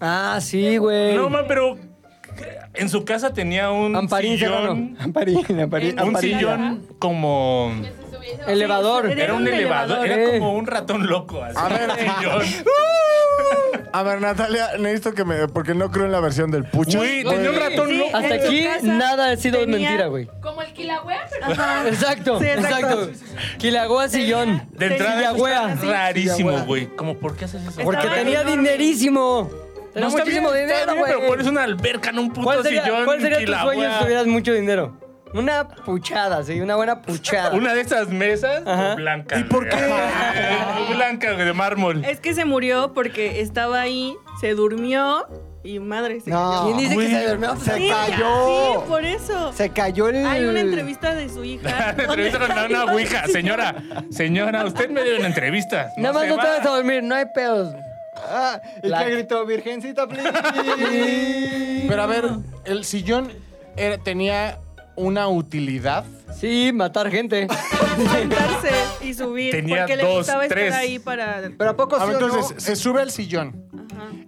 Ah, sí, güey. No mames, pero en su casa tenía un Amparín sillón. Amparina, Amparina. Un Amparina. sillón como... Elevador. Era un elevador, era eh. como un ratón loco. Así, A ver. un sillón. A ver, Natalia, necesito que me. Porque no creo en la versión del pucho. Güey, tenía un ratón sí. loco. Hasta En su aquí casa nada ha sido tenía- mentira, güey. Como el Kilauea, pero Exacto, Sí, exacto. exacto. Quilagua sillón. De entrada, Silla güea. rarísimo, güey. Como, ¿por qué haces eso? Porque Estaba tenía enorme. dinerísimo. No Tenía está muchísimo bien, está dinero, bien, Pero pones güey. una alberca en un puto ¿Cuál sería, sillón. cuál sería y tu la sueño wea- si tuvieras mucho dinero? Una puchada, sí, una buena puchada. Una de esas mesas pues, Ajá. blanca. ¿Y por qué? blanca, güey, de mármol. Es que se murió porque estaba ahí, se durmió y madre se No. ¿Quién dice güey. que se durmió? Se cayó. cayó. Sí, por eso. Se cayó el. Hay una entrevista de su hija. Le donde entrevistaron a salió una el ouija. señor. Señora, señora, usted me dio una entrevista. Nada más se no te va. vas a dormir, no hay pedos. Ah, y La- que gritó, Virgencita, please. Pero a ver, el sillón era- tenía una utilidad. Sí, matar gente. Sentarse y subir. Tenía porque le dos, gustaba tres. estar ahí para. Pero a poco sí A ver, o Pues, no? entonces, se sube al sillón.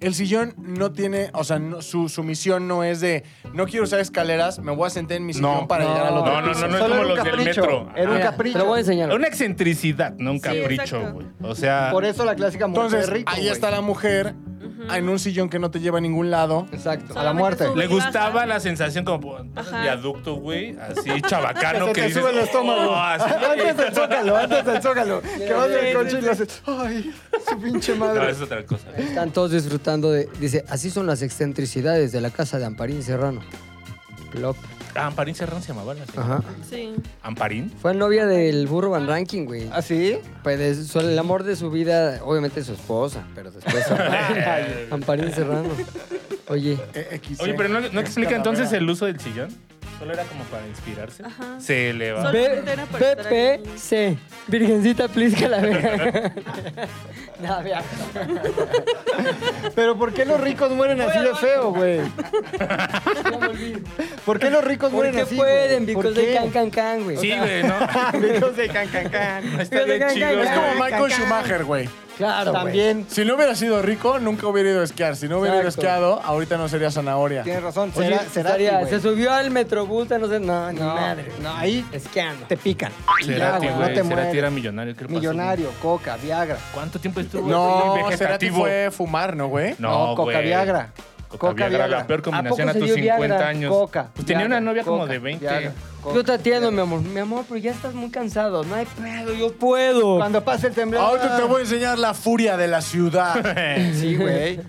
El sillón no tiene, o sea, no- su, su misión no es de, no quiero usar escaleras, me voy a sentar en mi sillón para llegar al otro. No, no, no, no es Solo como era un los del capricho, metro. Era un Mira, capricho. Ah, Te lo voy a enseñar. Una excentricidad, no un exacto. capricho, güey. O sea, Por eso la clásica muerte Entonces, de rico. ahí güey. está la mujer en un sillón que no te lleva a ningún lado. Exacto. A la muerte. le Solamente sube y gustaba baja. la sensación como pues, pasas Ajá. viaducto, güey, así chabacano Se que, te dices, sube el estómago. "Oh, así". antes del zócalo, antes del zócalo. que vas en el coche y le haces, ay, su pinche No, madre. es otra cosa. Están todos disfrutando de. Dice, así son las excentricidades de la casa de Amparín Serrano. Plop. Ah, Amparín Serrán se llamaba la señora. Ajá. Sí. Amparín. Fue novia del burro Van Ranking, güey. ¿Ah, sí? Pues de su- el amor de su vida, obviamente su esposa, pero después Amparín, Amparín Serrano. Oye, Eh. Oye, pero no, no explica entonces el uso del sillón. Solo era como para inspirarse. Ajá. Se eleva. Solo- Solamente era para estar ahí. BPC. Virgencita, please que la vea. No, vea. Pero ¿por qué los ricos mueren así de feo, güey? ¿Por qué los ricos ¿Por mueren qué así? pueden? güey? Because ¿Por they qué? can, can, can, güey. Sí, güey, ¿no? Because they can, can, can. Está bien Venga, chido. venga, Es como Ay, Michael cacán. Schumacher, güey. Claro, güey. También. Si no hubiera sido rico, nunca hubiera ido a esquiar. Si no hubiera Exacto. ido a esquiado, ahorita no sería zanahoria. Tienes razón. Oye, Será, será estaría- así, se güey. subió al metrobús, no sé, no, ni No, madre. no, ahí Es que ando. te pican. Y ya, Cerati, güey, güey. no te Cerati era mueres. millonario. ¿Qué le pasó? Millonario, coca, Viagra. ¿Cuánto tiempo estuvo? No, güey, Cerati vegetativo? fue fumar, ¿no, güey? No, coca, güey. Viagra. Coca, Coca, Viagra, Viagra. La peor combinación ¿A a, poco tus se 50 dio Viagra? años. Coca. Pues tenía Viagra, una novia como coca, de 20. Viagra, Yo coca. te atiendo, mi amor. Mi amor, pero ya estás muy cansado. No hay pedo, yo puedo. Cuando pase el temblor. Ahorita te voy a enseñar la furia de la ciudad. Sí, güey.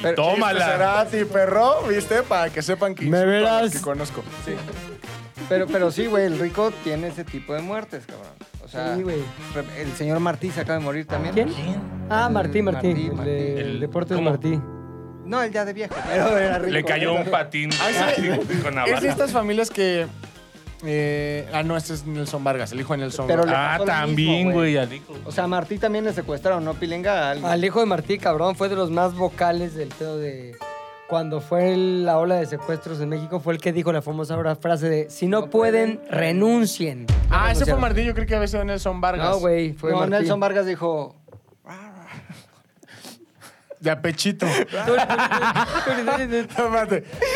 Pero- Tómala. Tómala. Cerati, perro, ¿viste? Para que sepan que Me insulto a los verás. que conozco. Pero, pero sí, güey, el rico tiene ese tipo de muertes, cabrón. O sea, Sí, güey. re- el señor Martí se acaba de morir también. ¿Quién? Ah, Martí, Martí. Martí, el, Martí. de- El- Deportes ¿cómo? Martí. No, el ya de viejo, pero era rico. Le cayó un patín. Ahí sí. con Ah, Es de navaja. estas familias que Eh, ah, no, este es Nelson Vargas, el hijo de Nelson Pero Vargas. Ah, pasó lo también, mismo, güey. güey, al hijo. O sea, a Martí también le secuestraron, ¿no? Pilinga a alguien. Al hijo de Martí, cabrón, fue de los más vocales del pedo de. Cuando fue el- la ola de secuestros en México, fue el que dijo la famosa fra- frase de: Si no, pueden, renuncien. Ah, ese fue Renunciaron. Martín, yo creo que había sido Nelson Vargas. No, güey, fue No, Martí. Nelson Vargas dijo, De apechito. Espérate.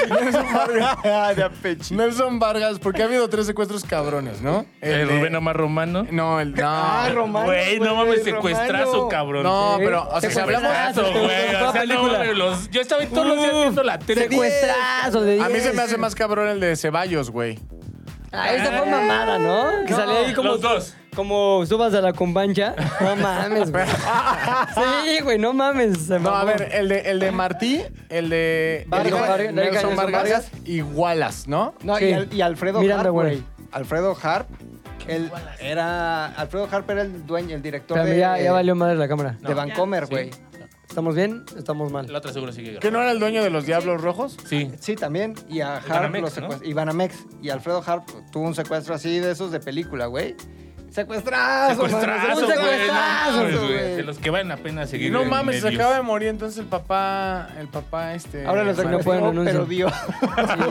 Nelson Vargas. de apechito. Nelson Vargas, porque ha habido tres secuestros cabrones, ¿no? El de- Rubén Omar Romano. No, el. No. ah, Romano. Güey, no mames, secuestrazo, Romano". cabrón. No, Sí. pero, o sea, si hablamos. Secuestrazo, Secuestrazo, güey. O toda sea, no, película. mames, los- yo estaba ahí todos los días viendo la tele. güey. Secuestrazo de A mí se diez. me hace más cabrón el de Ceballos, güey. Ah, esa fue mamada, ¿no? Que No, salía ahí como. los dos. Como subas a la combancha. No mames, güey. Sí, güey, no mames. se No, a mamó. ver, el de, el de Martí, el de Vargas, el hijo de Vargas, Nelson Nelson Vargas Vargas. y Wallace, ¿no? No, Sí. y, al- y Alfredo Miranda, Harp, güey. güey. Alfredo Harp, él era... Alfredo Harp era el dueño, el director Espérame, de, ya, eh, ya valió madre la cámara. de Vancomer, sí. güey. ¿Estamos bien? ¿Estamos mal? La otra seguro sigue. ¿Que no era el dueño de los Diablos Rojos? Sí. Sí, también. Y a Harp lo Banamex, ¿no? secuestró. Y Banamex. Y Alfredo Harp tuvo un secuestro así de esos de película, güey. Secuestrazo, mano, Secuestrazo, un güey. no secuestrazo, mames, güey. güey. De los que valen la pena seguir. No en mames, se medios. acaba de morir entonces el papá, el papá este... Ahora lo Sí, no secuestró, pueden pero renunciar. dio.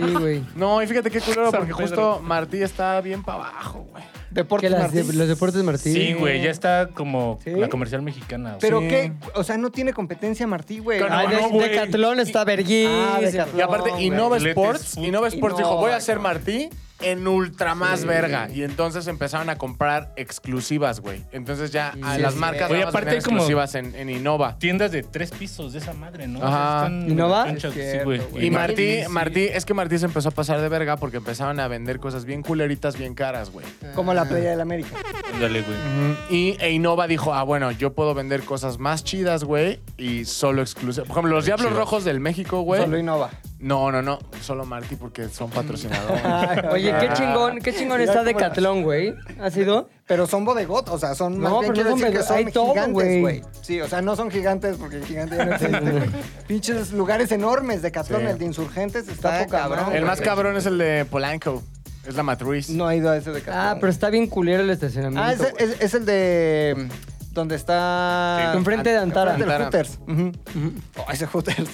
Sí, güey. No, y fíjate qué culero, San porque Pedro. justo Martí está bien para abajo, güey. Que Deportes las Martí. de- los deportes Martí. Sí, güey, ya está como Sí. la comercial mexicana. güey. Pero Sí. qué, o sea, no tiene competencia Martí, güey. Pero Ay, no, Ah, de- no, güey. Decathlon está verguísima. Ah, Decathlon. Y aparte, No, Innova güey. Sports, Letes, food. Innova Sports dijo, Innova, voy a hacer Martí en ultra más verga. Y entonces empezaron a comprar exclusivas, güey. Entonces ya a sí, las sí. marcas Oye, nada más aparte venden hay como- exclusivas en, en Innova. Tiendas de tres pisos de esa madre, ¿no? Ajá. ¿Y no va? Es chonchas, sí, cierto, güey. güey. Y Martí, sí. Martí, es que Martí se empezó a pasar de verga porque empezaron a vender cosas bien culeritas, bien caras, güey. Como la playa del América. Ándale, güey. Mm. Y e Innova dijo, ah, bueno, yo puedo vender cosas más chidas, güey, y solo exclusivas. Por ejemplo, los Diablos Rojos del México, güey. Solo Innova. No, no, no, solo Martí porque son patrocinadores. Ah, Oye, qué chingón, qué chingón está Decathlon, güey. ¿Ha sido? Pero son bodegotas, o sea, son más No, pero bien quiero no son decir que bodegas, son hay todo, gigantes, güey. güey. Sí, o sea, no son gigantes porque el gigante ya no existe, güey. Pinches lugares enormes de Catlón, Sí. el de Insurgentes está, Está poca cabrón. madre. el güey. más cabrón es el de Polanco. Es la Matriz. No he ido a ese de Catlón. Ah, pero está bien culero el estacionamiento. Ah, es, güey. es- es el de mm, donde está Sí. Enfrente de Antara. Enfrente del Antara. Hooters. Ujú. Oh, ese Hooters.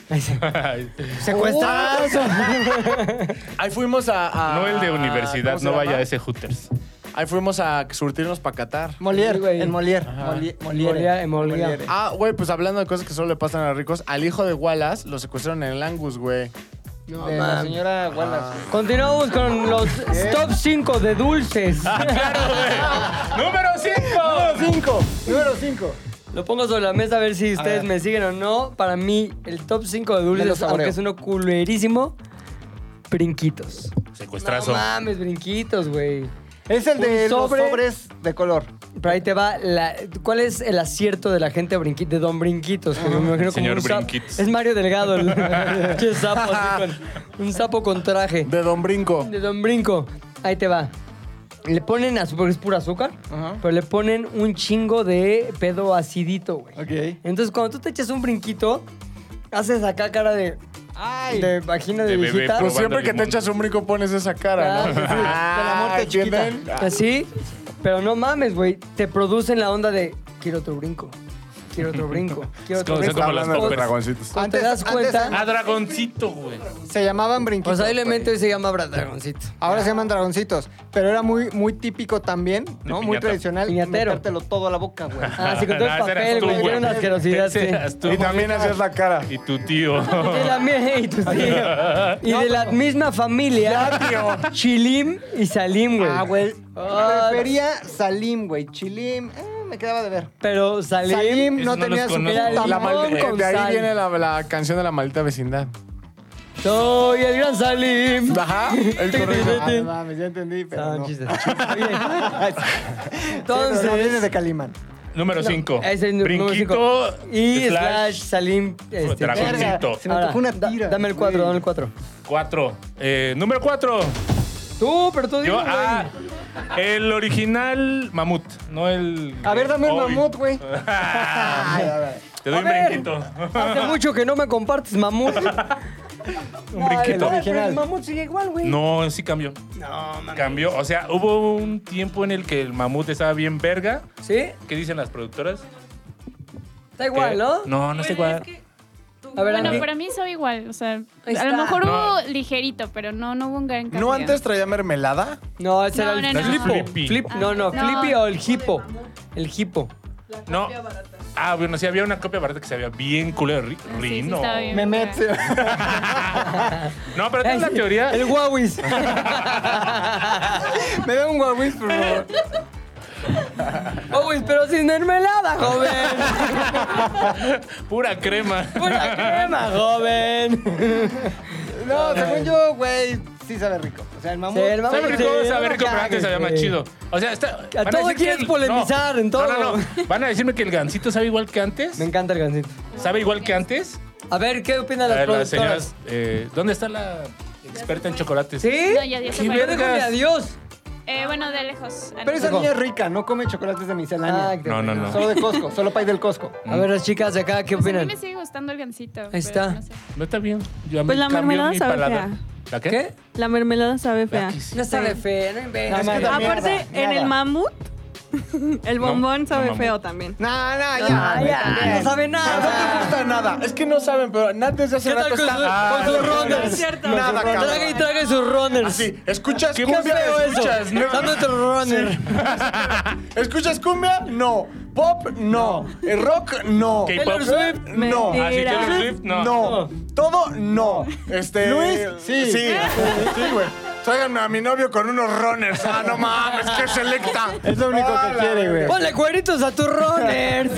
Secuestrazo. Ahí fuimos a, a- No el de a- universidad, Ah, ¿cómo se no llama? vaya a ese Hooters. Ahí fuimos a surtirnos para Qatar. Sí, Uh, Molière, güey. en Molière. Ajá. Molière. Molière, Molière. Ah, güey, pues hablando de cosas que solo le pasan a ricos, al hijo de Wallace lo secuestraron en el Angus, güey. No, de la mames. señora Wallace. Continuamos con los top 5 de dulces. ¡Número 5! Cinco. Número 5. Lo pongo sobre la mesa a ver si ustedes ver. me siguen o no. Para mí, el top 5 de Me lo dulces, saboreo. aunque es uno culerísimo, brinquitos. Secuestrazo. No Ah, mames, brinquitos, güey. Es el Un de sobre- los sobres de color. Pero ahí te va. la- ¿Cuál es el acierto de la gente brinqui- de Don Brinquitos? Que me imagino como Señor un sapo. Brinquitos. Es Mario Delgado. el- Che, sapo así con- un sapo con traje. De Don Brinco. De Don Brinco. Ahí te va. Le ponen azúcar, porque es pura azúcar, pero le ponen un chingo de pedo acidito, güey. Ok. Entonces, cuando tú te echas un brinquito, haces acá cara de. Ay. De vagina de, De bebé, viejita. Pues Probando siempre que te limón. echas un brinco pones esa cara, Ah, sí, ¿no? sí. De la Ah, muerte chiquita. ¿entienden? Así, pero no mames, güey. Te producen la onda de quiero otro brinco. Quiero otro brinco. Quiero Es otro como- son brinco. como las Hablando de los poppers. dragoncitos. Cuando te das Antes- antes- cuenta. A dragoncito, güey. Se llamaban brinquitos. Pues ahí le güey. meto y se llama Brad Dragoncito. Ahora se llaman dragoncitos. Pero era muy, muy típico también, ¿no? Muy piñata. tradicional. Piñatero. Metértelo todo a la boca, güey. Ah, sí, con todo el No, ese eras papel, tú, güey. güey. Era una asquerosidad, Ese sí. eras tú. Y también hacías la cara. Y tu tío. Y la mía y tu tío. Y de la misma familia. Chilim y Salim, güey. Ah, güey. Ah, Prefería Salim, güey. Chilim. eh, me quedaba de ver. Pero Salim. Salim Esos no no tenía los su conozco. puta La Limón mal- madre. eh, con de ahí sal. viene la, la canción de la maldita vecindad. Soy el gran Salim. Ajá, el correcto. Ah, no mames, ya entendí, pero No, Ah, no. chistes. Entonces, Entonces. viene de Calimán. Número 5. Ese es el número Brinquito cinco. y slash, Salim. este, Dragoncito. Verga, Se me Ahora, antojó una da- tira. dame el 4, güey. dame el 4. 4. Eh, número 4. Tú, pero tú Yo, digo, ah, el original mamut, no el. A ver, dame el Hoy. mamut, güey. Ah, Ay, a ver. Te doy A un ver. brinquito. Hace mucho que no me compartes, mamut. un brinquito. Ay, pero el mamut sigue igual, güey. No, sí cambió. No, mames. Cambió. O sea, hubo un tiempo en el que el mamut estaba bien verga. ¿Sí? ¿Qué dicen las productoras? Está igual, ¿no? No, no está igual. A ver, Bueno, Andy. para mí sabe igual. O sea, Ahí a lo está. mejor No. hubo ligerito, pero no, no hubo un gran cambio. ¿No antes traía mermelada? No, ese No, era el no, no. flipo. Flippy. Flip, no, no, Ah, no. flippy o el hipo. El hipo. No. Ah, bueno, sí, había una copia barata que se veía bien culera. Ri- Sí, sí, Rino. estaba bien. Me mete. no, pero esta es la teoría. Eh, El Huawei's. Me da un Huawei, por favor. Huawei's, pero sin mermelada, joven. Pura crema. Pura crema, joven. No, según yo, güey, sí sabe rico. O sea, el mamut. Sí, el mamut. Sabe rico, Sí, sabe no rico, pero antes sabía más cagues, chido. O sea, está. A van todo decir que quieres el- polemizar, no. en todo. No, no, no. Van a decirme que el gancito sabe igual que antes. Me encanta el gancito. ¿Sabe igual que antes? A ver, ¿qué opinan A las ver, las productoras? señoras. eh, ¿Dónde está la experta en chocolates? ¿Sí? No, ya, ya se Y fue. vergas. adiós. Eh, bueno, de lejos. Pero esa niña es rica, no come chocolates de miscelánea. Ah, No, no, no. Solo de Costco, solo pay del Costco. A ver, las chicas de acá, ¿qué Pues a mí opinan? me sigue gustando el gancito. Ahí está. No sé. No está bien. Yo me Pues la cambio mermelada mi sabe paladar. fea. ¿La qué? ¿Qué? La mermelada sabe La fea. que sí. No sabe fe, no Nada inventes. más. No, Aparte, Mierda, en el mierda. mamut, el bombón no sabe mamut. feo también. No, no, Ah, ya. güey, ya, también. no sabe nada. No gusta nada. Ah, Es que no saben, pero Nat desde hace ¿Qué tal rato con está... su- Ah, con sus no, rondas? es cierto. Nada, Nada, cabrón. Traga y traga y sus runners. Así, ¿escuchas ¿Qué feo cumbia? ¿Escuchas? eso? No. Dame otro runner. ¿Escuchas cumbia? No. ¿Pop? No. Eh, ¿Rock? No. K-pop. Taylor Swift. No. Ah, sí, Taylor Era- Swift, no. No. Todo no. Este. Luis, sí. Sí. Sí, güey. Tráiganme a mi novio con unos runners. Ah, no mames, qué selecta. Es lo único Ah, que la quiere, güey. verga. Ponle cueritos a tus runners.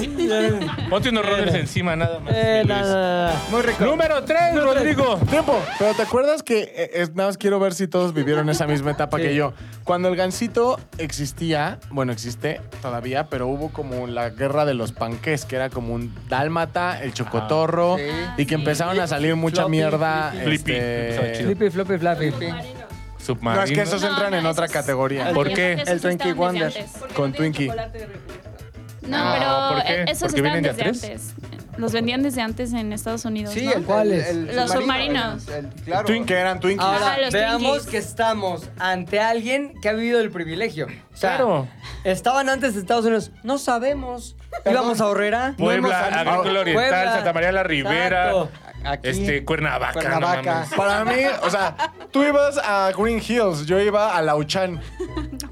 Ponte unos rollers encima, nada más. eh, Luis. nada. Muy rico. Número 3, Rodrigo. Tiempo. Pero ¿te acuerdas que eh, es- nada más quiero ver si todos vivieron esa misma etapa que yo? Cuando el gansito existía, bueno, existe todavía, pero hubo como la guerra de los panques, que era como un dálmata, el chocotorro, y que empezaron a salir mucha Floppy, mierda. Flippy. este- Flippy, sabe chido. Flippy, floppy, flappy. Submarino. No, es que esos No, entran no, en otra esos- categoría. Yo ¿Por creo qué? que esos El sí estaban Twinkie desde Wonder. antes. Con Twinkie. No, No, ¿por pero qué? eh, esos ¿Porque vienen estaban de desde a tres? antes. Los vendían desde antes en Estados Unidos. Sí, ¿no? el, ¿Cuál el- es? el Los submarino, submarinos. el- el- claro. Twin, que eran Twinkies. Ahora, Ah, los veamos Twinkies. que estamos ante alguien que ha vivido el privilegio. O sea, Claro. estaban antes de Estados Unidos. No sabemos. Íbamos a Horrera. Puebla, hemos- Agrícola Oriental, Puebla. Santa María la Ribera, Exacto. Aquí. este, Cuernavaca. Cuernavaca. no mames. Para mí, o sea, tú ibas a Green Hills, yo iba a Lauchan.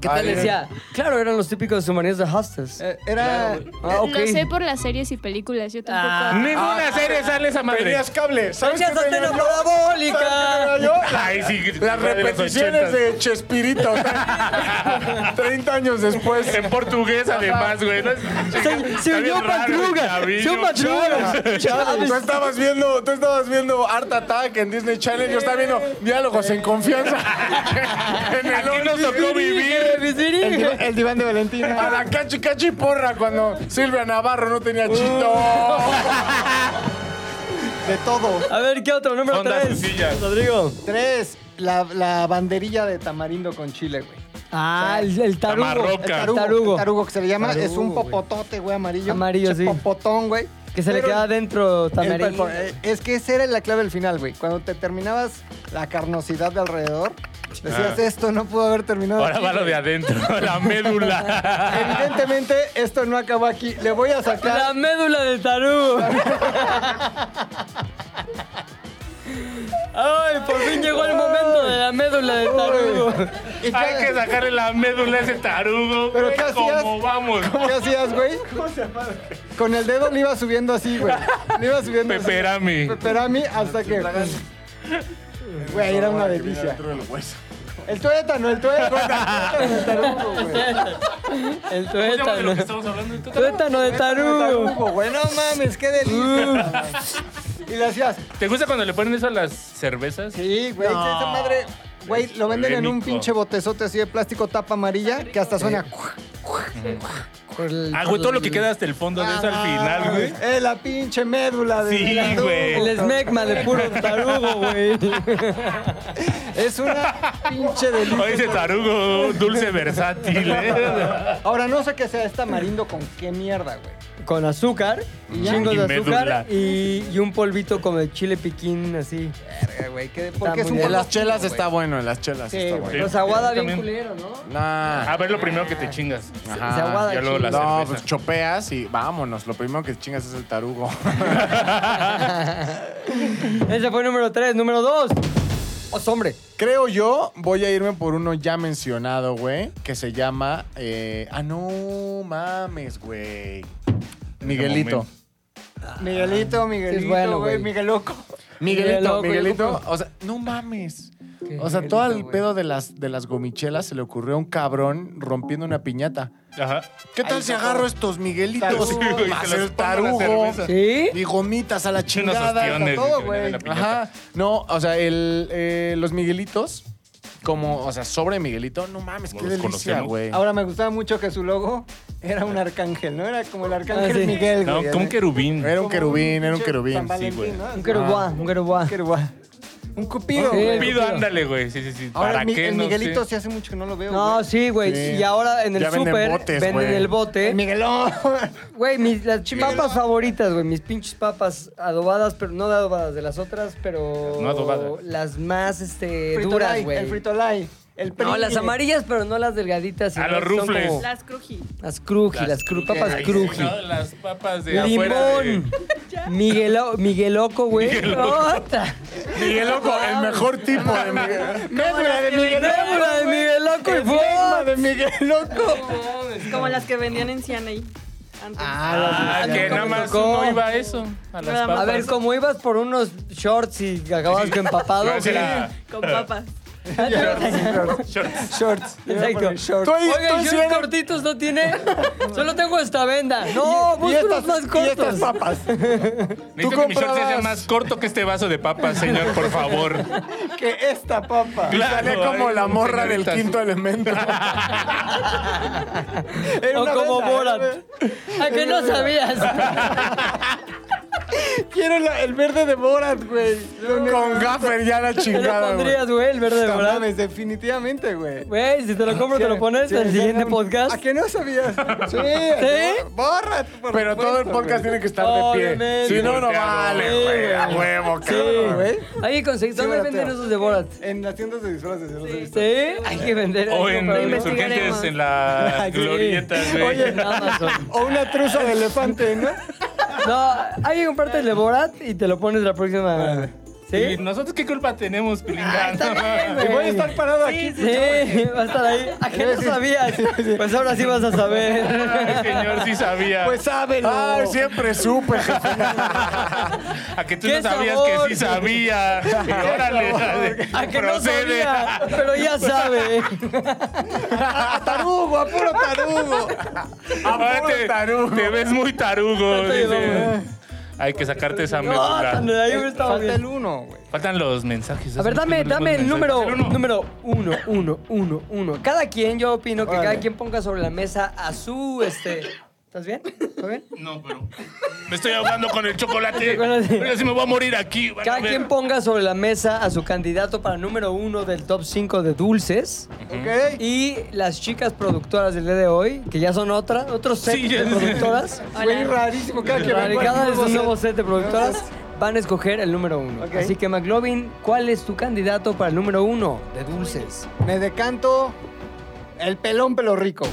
¿Qué tal decía? Claro, eran los típicos submarinos de Hostas. Eh, era. ah, ok. Lo sé por las series y películas. Yo tampoco. Ninguna serie sale esa madre. Tenías cable. ¿Sabes Gracias, qué tenía antena yo? parabólica. ¿Sabes qué tenía yo? Ay, sí, Las de los repeticiones 80s. de Chespirito. 30 años después. En portugués, además, güey. ¿no? Se, se Está bien unió raro, güey, Patruga. Se Chavillo. unió Patruga. Chávez. Tú estabas viendo, tú estabas viendo Art Attack en Disney Channel, yo estaba viendo diálogos en confianza. en el Aquí nos tocó vivir. Sí, sí, sí. El, el diván de A Valentina. la cachi cachi porra cuando Silvia Navarro no tenía chito. De todo. A ver, ¿qué otro? Número Ondas 3. sencillas. Rodrigo. Tres, la, la banderilla de tamarindo con chile, güey. Ah, el, el tarugo. Tamarroca. El Tarugo, tarugo. el tarugo que se le llama, es un Tarugo, güey. popotote, güey, amarillo. Amarillo, Che, sí. Popotón, güey. Que se le Pero queda adentro el tamarindo. pulpo- eh, Es que esa era la clave del final, güey. Cuando te terminabas la carnosidad de alrededor, decías, Ah. esto no pudo haber terminado Ahora aquí, va lo de güey". adentro, la médula. Evidentemente, esto no acabó aquí. Le voy a La sacar... médula del tarugo. Ay, por fin llegó el momento de la médula del tarugo. ¿Y qué- Hay que sacarle la médula a ese tarugo. ¿Pero güey, qué hacías? ¿Cómo vamos? ¿Qué hacías, güey? Con el dedo le iba subiendo así, güey. Le iba subiendo así. Peperami. Peperami hasta que... pues, Güey, era una delicia. El tuétano, el tuétano. El tarugo, güey. El ¿Cómo se llama de tuétano. lo que estamos hablando? Tuétano de tarugo. Tarugo, güey. No mames, qué delicia. Y le hacías... ¿Te gusta cuando le ponen eso a las cervezas? Sí, güey, esa madre... Güey, lo venden en un polémico. pinche botezote así de plástico tapa amarilla que hasta suena... Por el- Ah, güey, todo lo que queda hasta el fondo de eso al final, güey. Eh, la pinche médula de Sí, del tarugo, güey. El esmegma de puro tarugo, güey. Es una pinche delicia. Oye, ese tarugo dulce versátil, ¿eh? Ahora, no sé qué sea, es tamarindo con qué mierda, güey. con azúcar, Mm. chingos Y de médula. azúcar y, y un polvito como de chile piquín así. Verga, güey, que- Porque Está es muy bien. un En poco las chelas chino, está güey. bueno, en las chelas Sí, está güey. bueno. Los aguada yo bien también. culero, ¿no? Nah. A ver, lo primero que te chingas. Ajá. Se aguada Ya luego chile. Ah, la No, cerveza. pues chopeas y vámonos. Lo primero que chingas es el tarugo. Ese fue número 3. Número 2. ¡Oh, hombre! Creo yo, voy a irme por uno ya mencionado, güey, que se llama... eh, ah, no mames, güey. Miguelito. Este momento. Miguelito, Miguelito, es bueno, güey, güey. Migueloco. Miguelito, Miguelito, Miguelito. O sea, no mames. O sea, todo el pedo de las, de las gomichelas se le ocurrió a un cabrón rompiendo una piñata. Ajá. ¿Qué tal si agarro estos Miguelitos? Tarugo. Más Y te los el pongo a la tarugo. cerveza. ¿Sí? Y gomitas a la Unos chingada. ostiones. todo, que venían en la güey. piñata. Ajá. No, o sea, el, eh, los Miguelitos, como, o sea, sobre Miguelito, no mames, Como qué los delicia, conocemos. güey. Ahora me gustaba mucho que su logo era un arcángel, ¿no? Era como el arcángel Ah, sí. Miguel, No, güey. como un así. querubín. Era Como un querubín, era un pinche querubín. San Sí, Valentín, güey. ¿no? Un querubá, Ah. un querubá. Un querubá. Un cupido, Sí. güey. Pido, ándale, güey. Sí, sí, sí. Ahora, ¿Para mi- qué? el No Miguelito sé. sí hace mucho que no lo veo, No, güey. sí, güey. Sí. Y ahora en el Ya venden súper botes, venden güey. el bote. El Miguelón. Güey, mis las chi- papas favoritas, güey. Mis pinches papas adobadas, pero no de adobadas, de las otras, pero. No adobadas. Las más este, duras, Fritolay, El güey. fritolay. El No, las príncipe. amarillas, pero no las delgaditas. A sino los son rufles. como Las crují. Las cruji, las, cru- papas Ay, sí, cruji. no, Las papas de afuera. de- Limón. Miguelo- Migueloco, güey. Ota. Migueloco, el mejor tipo de Miguel. Médula de Miguelón. Trémula de Migueloco y Enigma Fox. de Migueloco. Como las que vendían en Cianey. Antes. Ah, que nada más tocó. no iba a eso. A las Nada más. papas. A ver, como ibas por unos shorts y acababas con empapado. No, sí, la- Con papas. shorts. Shorts. Yo iba a Exacto. poner shorts. Estoy- Oiga, estoy ¿y shorts siendo- cortitos no tiene? Solo tengo esta venda. No, Y busca estas- unos más Y estas cortos. papas. Necesito que mi short comprabas- sea más corto que este vaso de papas, señor, por favor. Que esta papa. Sale como ay, la morra señoritas. del quinto elemento. Era O una como venda, Borat. era- ¿A que no sabías? Quiero la- el verde de Borat, güey. Con gaffer ya la ¿Qué le chingada, güey. pondrías, güey, el verde de No verdad? mames, definitivamente, güey. Güey, si te lo compro, te lo pones en el siguiente ¿A podcast. que no sabías? Sí. ¿Sí? no, Borat, por Pero todo el supuesto, podcast güey. tiene que estar de pie. Obviamente. Si no, no Volteado. vale, Sí, güey. güey. A huevo, Sí, cabrón. güey. Hay que conseguir. Sí, ¿Dónde baratea. venden esos de Borat? En las tiendas de disfraces. en los de Sí, disfraces. hay que vender. O hay que en comprar. los urgentes, en la Ay, sí. glorieta, güey. Oye, en Amazon. O una truza de elefante, ¿no? No, hay que comprarte el de Borat y te lo pones la próxima. ¿Y ¿Sí? nosotros qué culpa tenemos, Pilinga? Y voy a estar parado aquí. Sí, va a estar ahí. ¿A qué no sabías? Pues ahora sí vas a saber. Ay, señor, sí sabía. Pues sábelo. Ay, siempre supe, jefe. a que tú ¿qué no sabías sabor? que sí sabía. Y órale, A que no procede. sabía, pero ya sabe. A tarugo, a puro tarugo. Ahora puro Ah, te, tarugo. te ves muy tarugo. te dice. llevamos. Hay que sacarte esa No, tan- médula. ahí hubiera estado Falta bien. el uno, güey. Faltan los mensajes. A ver, dame, dame el número, El uno. número uno, uno, uno, uno. Cada quien, yo opino que Órale. cada quien ponga sobre la mesa a su, este... ¿Estás bien? ¿Estás bien? No, pero me estoy ahogando con el chocolate. Chocolate. Oiga, si me voy a morir aquí. van a Cada ver. quien ponga sobre la mesa a su candidato para número uno del top 5 de dulces. ¿Ok? Y las chicas productoras del día de hoy, que ya son otra, otros set Sí, ya de sé. productoras. Güey, rarísimo. Cada que vengo aquí, Cada es un set. nuevo set de productoras. Van a escoger el número uno. Ok. Así que, McLovin, ¿cuál es tu candidato para el número uno de dulces? Me decanto el pelón pelo rico.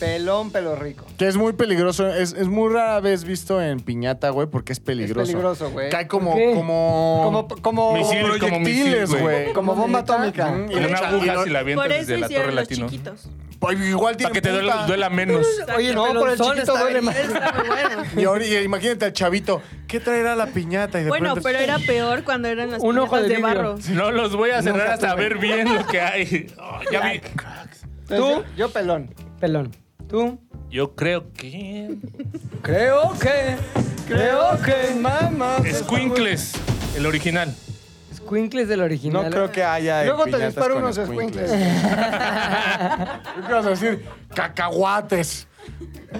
Pelón pelo rico. Que es muy peligroso, es, es muy rara vez visto en piñata, güey, porque es peligroso. peligroso, güey. Cae como, ¿Por qué? como, Como, como, Misil. como Misiles, como proyectiles, misil, güey. güey. como bomba atómica. Mm, Y una Echa- aguja y si la avientas Por eso desde la torre hicieron los latino. chiquitos. Pues Igual tiene Para que te duela, punta. duela menos. Oye, No, por el pelonzón chiquito está duele bien. más. Está muy bueno. Y ahora, y imagínate al chavito, ¿qué traerá la piñata? Y de Bueno, pronto- pero era peor cuando eran las Un ojo piñatas de de vidrio. barro. No los voy a cerrar hasta ver bien lo que hay. Oh, ya vi. Entonces, yo- Yo pelón. Pelón. ¿Tú? Yo creo que. Creo que. Creo que. Mamá. Squinkles, el original. Squinkles del No original. creo que haya. Luego te piñatas disparo con unos escuincles. escuincles. ¿Qué vas a decir? Cacahuates.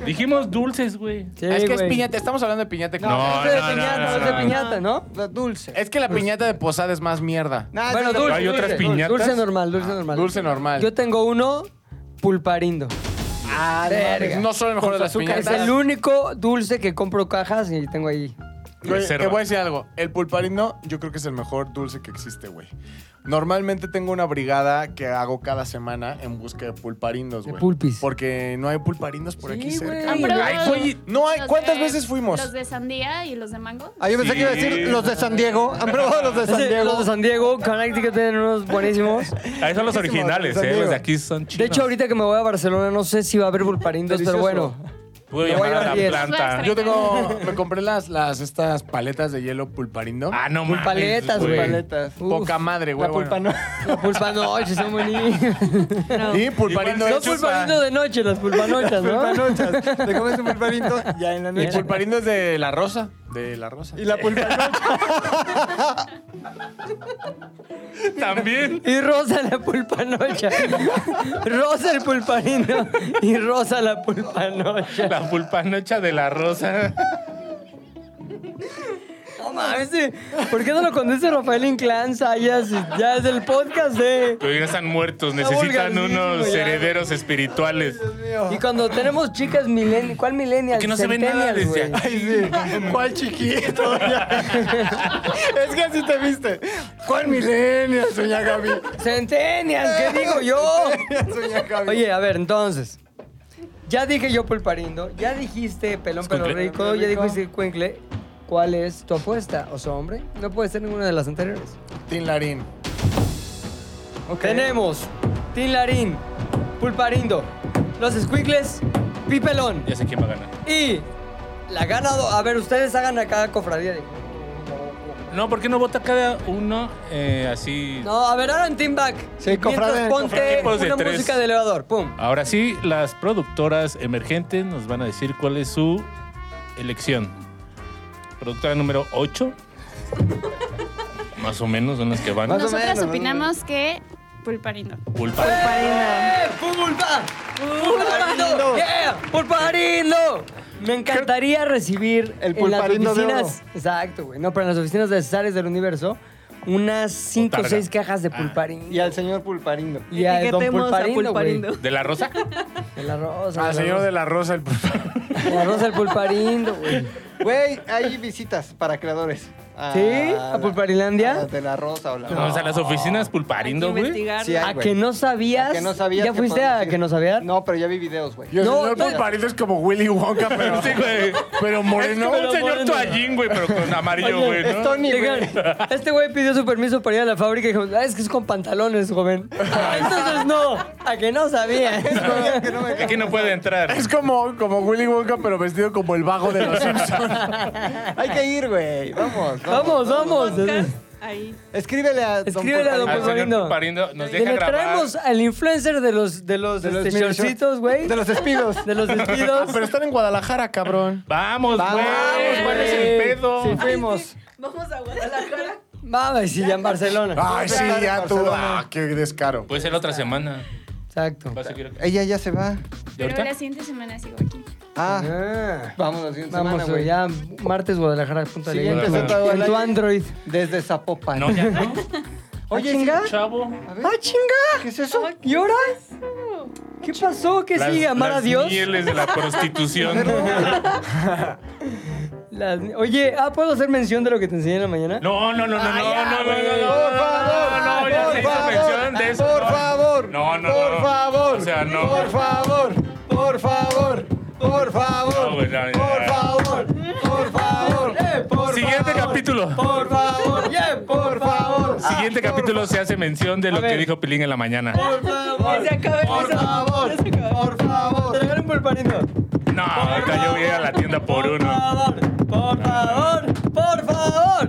Dijimos dulces, güey. Sí, es que es güey. piñata, estamos hablando de piñata. No, Es económica. de no, no, piñata, no, es de no. piñata, ¿no? Dulce. Es que la piñata de posada es más mierda. Nah, Bueno, ese- dulce. ¿Hay otras dulce, piñatas? Dulce normal, dulce normal. Dulce normal. Yo tengo uno pulparindo. Ah, Ah, no, Verga. No son el mejor de las Es piñatas. el único dulce que compro cajas y tengo ahí. Güey, Reserva. te voy a decir algo. El pulparino yo creo que es el mejor dulce que existe, güey. Normalmente tengo una brigada que hago cada semana en busca de pulparinos, De güey. pulpis. Porque no hay pulparinos por Sí, güey. aquí cerca. Ah, güey. pero- Ay, güey, no hay. Los ¿Cuántas de- veces fuimos? Los de sandía y los de mango. Ah, yo pensé que iba a Sí. decir los de San Diego. ¿Han probado los de San Sí, Diego? Los de San Diego, Connecticut tienen unos buenísimos. Ahí son Ah, los originales, San ¿eh? Diego. Los de aquí son De chinos. hecho, ahorita que me voy a Barcelona, no sé si va a haber pulparindos, pero Delicioso. bueno. Puedo me voy a llamar a llevar diez. la planta. Los Yo tengo. Me compré las, las estas paletas de hielo pulparino. Ah, no mames, Pulpaletas, güey. Pulpaletas. Uf, Poca madre, güey. La pulpa bueno. no. Las pulpanoches son buenísimas. Y pulparino Igual No es se chupa. pulparinos de noche, las pulpanochas, ¿no? Pulpanochas. Te comes un pulparito ya en la El pues, noche. pulparino es de la rosa. De la rosa. Ah, Y la pulpanocha. También. Y rosa la pulpanocha. Rosa el pulparino y rosa la pulpanocha. La pulpanocha de la rosa. No mames, sí. ¿por qué no lo conduce Rafael Inclán, Sayas? Ya es el podcast, ¿eh? Pero ya están muertos. Está Necesitan vulgarísimo unos ya. herederos espirituales. Y cuando tenemos chicas millennials, ¿cuál millennial? Que no se ve nada Centennials, desde güey. acá. Ay, sí. ¿Cuál chiquito? Ya. es que así te viste. ¿Cuál milenio, doña Gaby? Centennials, ¿qué digo yo? Doña Gaby. Oye, a ver, entonces. Ya dije yo pulparindo, ya dijiste pelón pelo Escuincle. rico, ya dijiste cuencle. ¿Cuál es tu apuesta? ¿Oso hombre? No puede ser ninguna de las anteriores. Tin Larín. Ok. Tenemos Tin Larín, Pulparindo, Los Squinkles, Pipelón Ya sé quién va a ganar. y la ganadora. A ver, ustedes hagan a cada cofradía. digo. No, ¿por qué no vota cada uno eh, así? No, a ver, hagan Team Back. Sí, Mientras cofrade, ponte Equipos de una tres. música de elevador. Pum. Ahora sí, las productoras emergentes nos van a decir cuál es su elección. Productora número 8. Más o menos son las que van. Más o Nosotras menos, opinamos que pulparindo. Pulpa. ¡Eh! ¡Pulpa! ¡Pulparindo! ¡Yeah! ¡Pulparindo! Me encantaría recibir El en las pulparindo de oficinas. Exacto, güey. No, pero en las oficinas de Cesares del Universo, unas 5 o Otarga. 6 cajas de Ah. pulparindo. Y al señor Pulparindo. Y a Don Etiquetemos a Pulparindo, güey. Pulparindo. ¿De la rosa? El arroz. Al señor de la rosa, el pulparino. El arroz del pulparindo, güey. Güey, hay visitas para creadores. A ¿Sí? la- ¿A Pulparilandia? a De la Rosa o la O sea, las oficinas pulparindo, Hay que güey. investigar. Sí, hay, ¿A güey. que no sabías? A que no sabías ¿Ya que fuiste podías a ir. que no sabías? No, pero ya vi videos, güey. Y el No, señor no. pulparino es como Willy Wonka, pero. Sí, güey. Pero Es moreno. como un moreno. señor toallín, güey, pero con amarillo, Oye, güey, ¿no? es Tony, Llegan, güey. este güey pidió su permiso para ir a la fábrica y dijo, "Ah, es que es con pantalones, joven. Entonces no, a que no sabías. Que no me- Es que no puede entrar. Es como, como Willy Wonka, pero vestido como el vago de los Simpsons. Hay que ir, güey. Vamos, Vamos, vamos. Podcast, ahí. Escríbele a don Escríbele a don Al señor Pulparindo. pulparindo nos Y deja le grabar. traemos al influencer de los, de los, De los este, mini shortcitos, shorts. güey. De los espidos. De los despidos. Pero están en Guadalajara, cabrón. Vamos, güey. Vamos, ¿Cuál güey. es el pedo? Sí, fuimos. Vamos a Guadalajara. Vamos, sí, ya en Ah, Barcelona. Ay, sí, ya tú. Barcelona. Ah, qué descaro. Puede ser la otra semana. Exacto. Va a seguir acá. Ella ya se va. ¿Y Pero ahorita? la siguiente semana sigo aquí. Ah, Ah. vamos la siguiente Vamos, semana, güey. ya martes Guadalajara. Punta de Siguiente Leyenda. sentado al En tu aire. Android. Desde Zapopan. No, ya no. Oye, chinga. Chavo. ¡Ah, chinga! ¿Ah, ¿Qué es eso? ¿Y ahora? ¿Qué pasó? ¿Qué Las- sigue? ¿Amar a las Dios? Mieles de la prostitución. Las- Oye, ah, ¿puedo hacer mención de lo que te enseñé en la mañana? No, no, no, no, no, Ay, ya, no, no, no, güey. no, no, Por favor, no, no, ya por se hizo favor, mención de eso, por no. favor, No, no, por no. favor, O sea, no. por favor, por favor, por favor, No, güey, no, ya. por favor, por favor, por Siguiente favor, capítulo. por favor, yeah, por favor, Siguiente capítulo se hace mención de A lo ver. que dijo Pilín en la mañana. por favor, se acaba el por episodio. favor, Ya se acabó. por favor. Te regalo un pulparino. No, ahorita yo voy a ir a la tienda por uno. favor, por favor, por favor.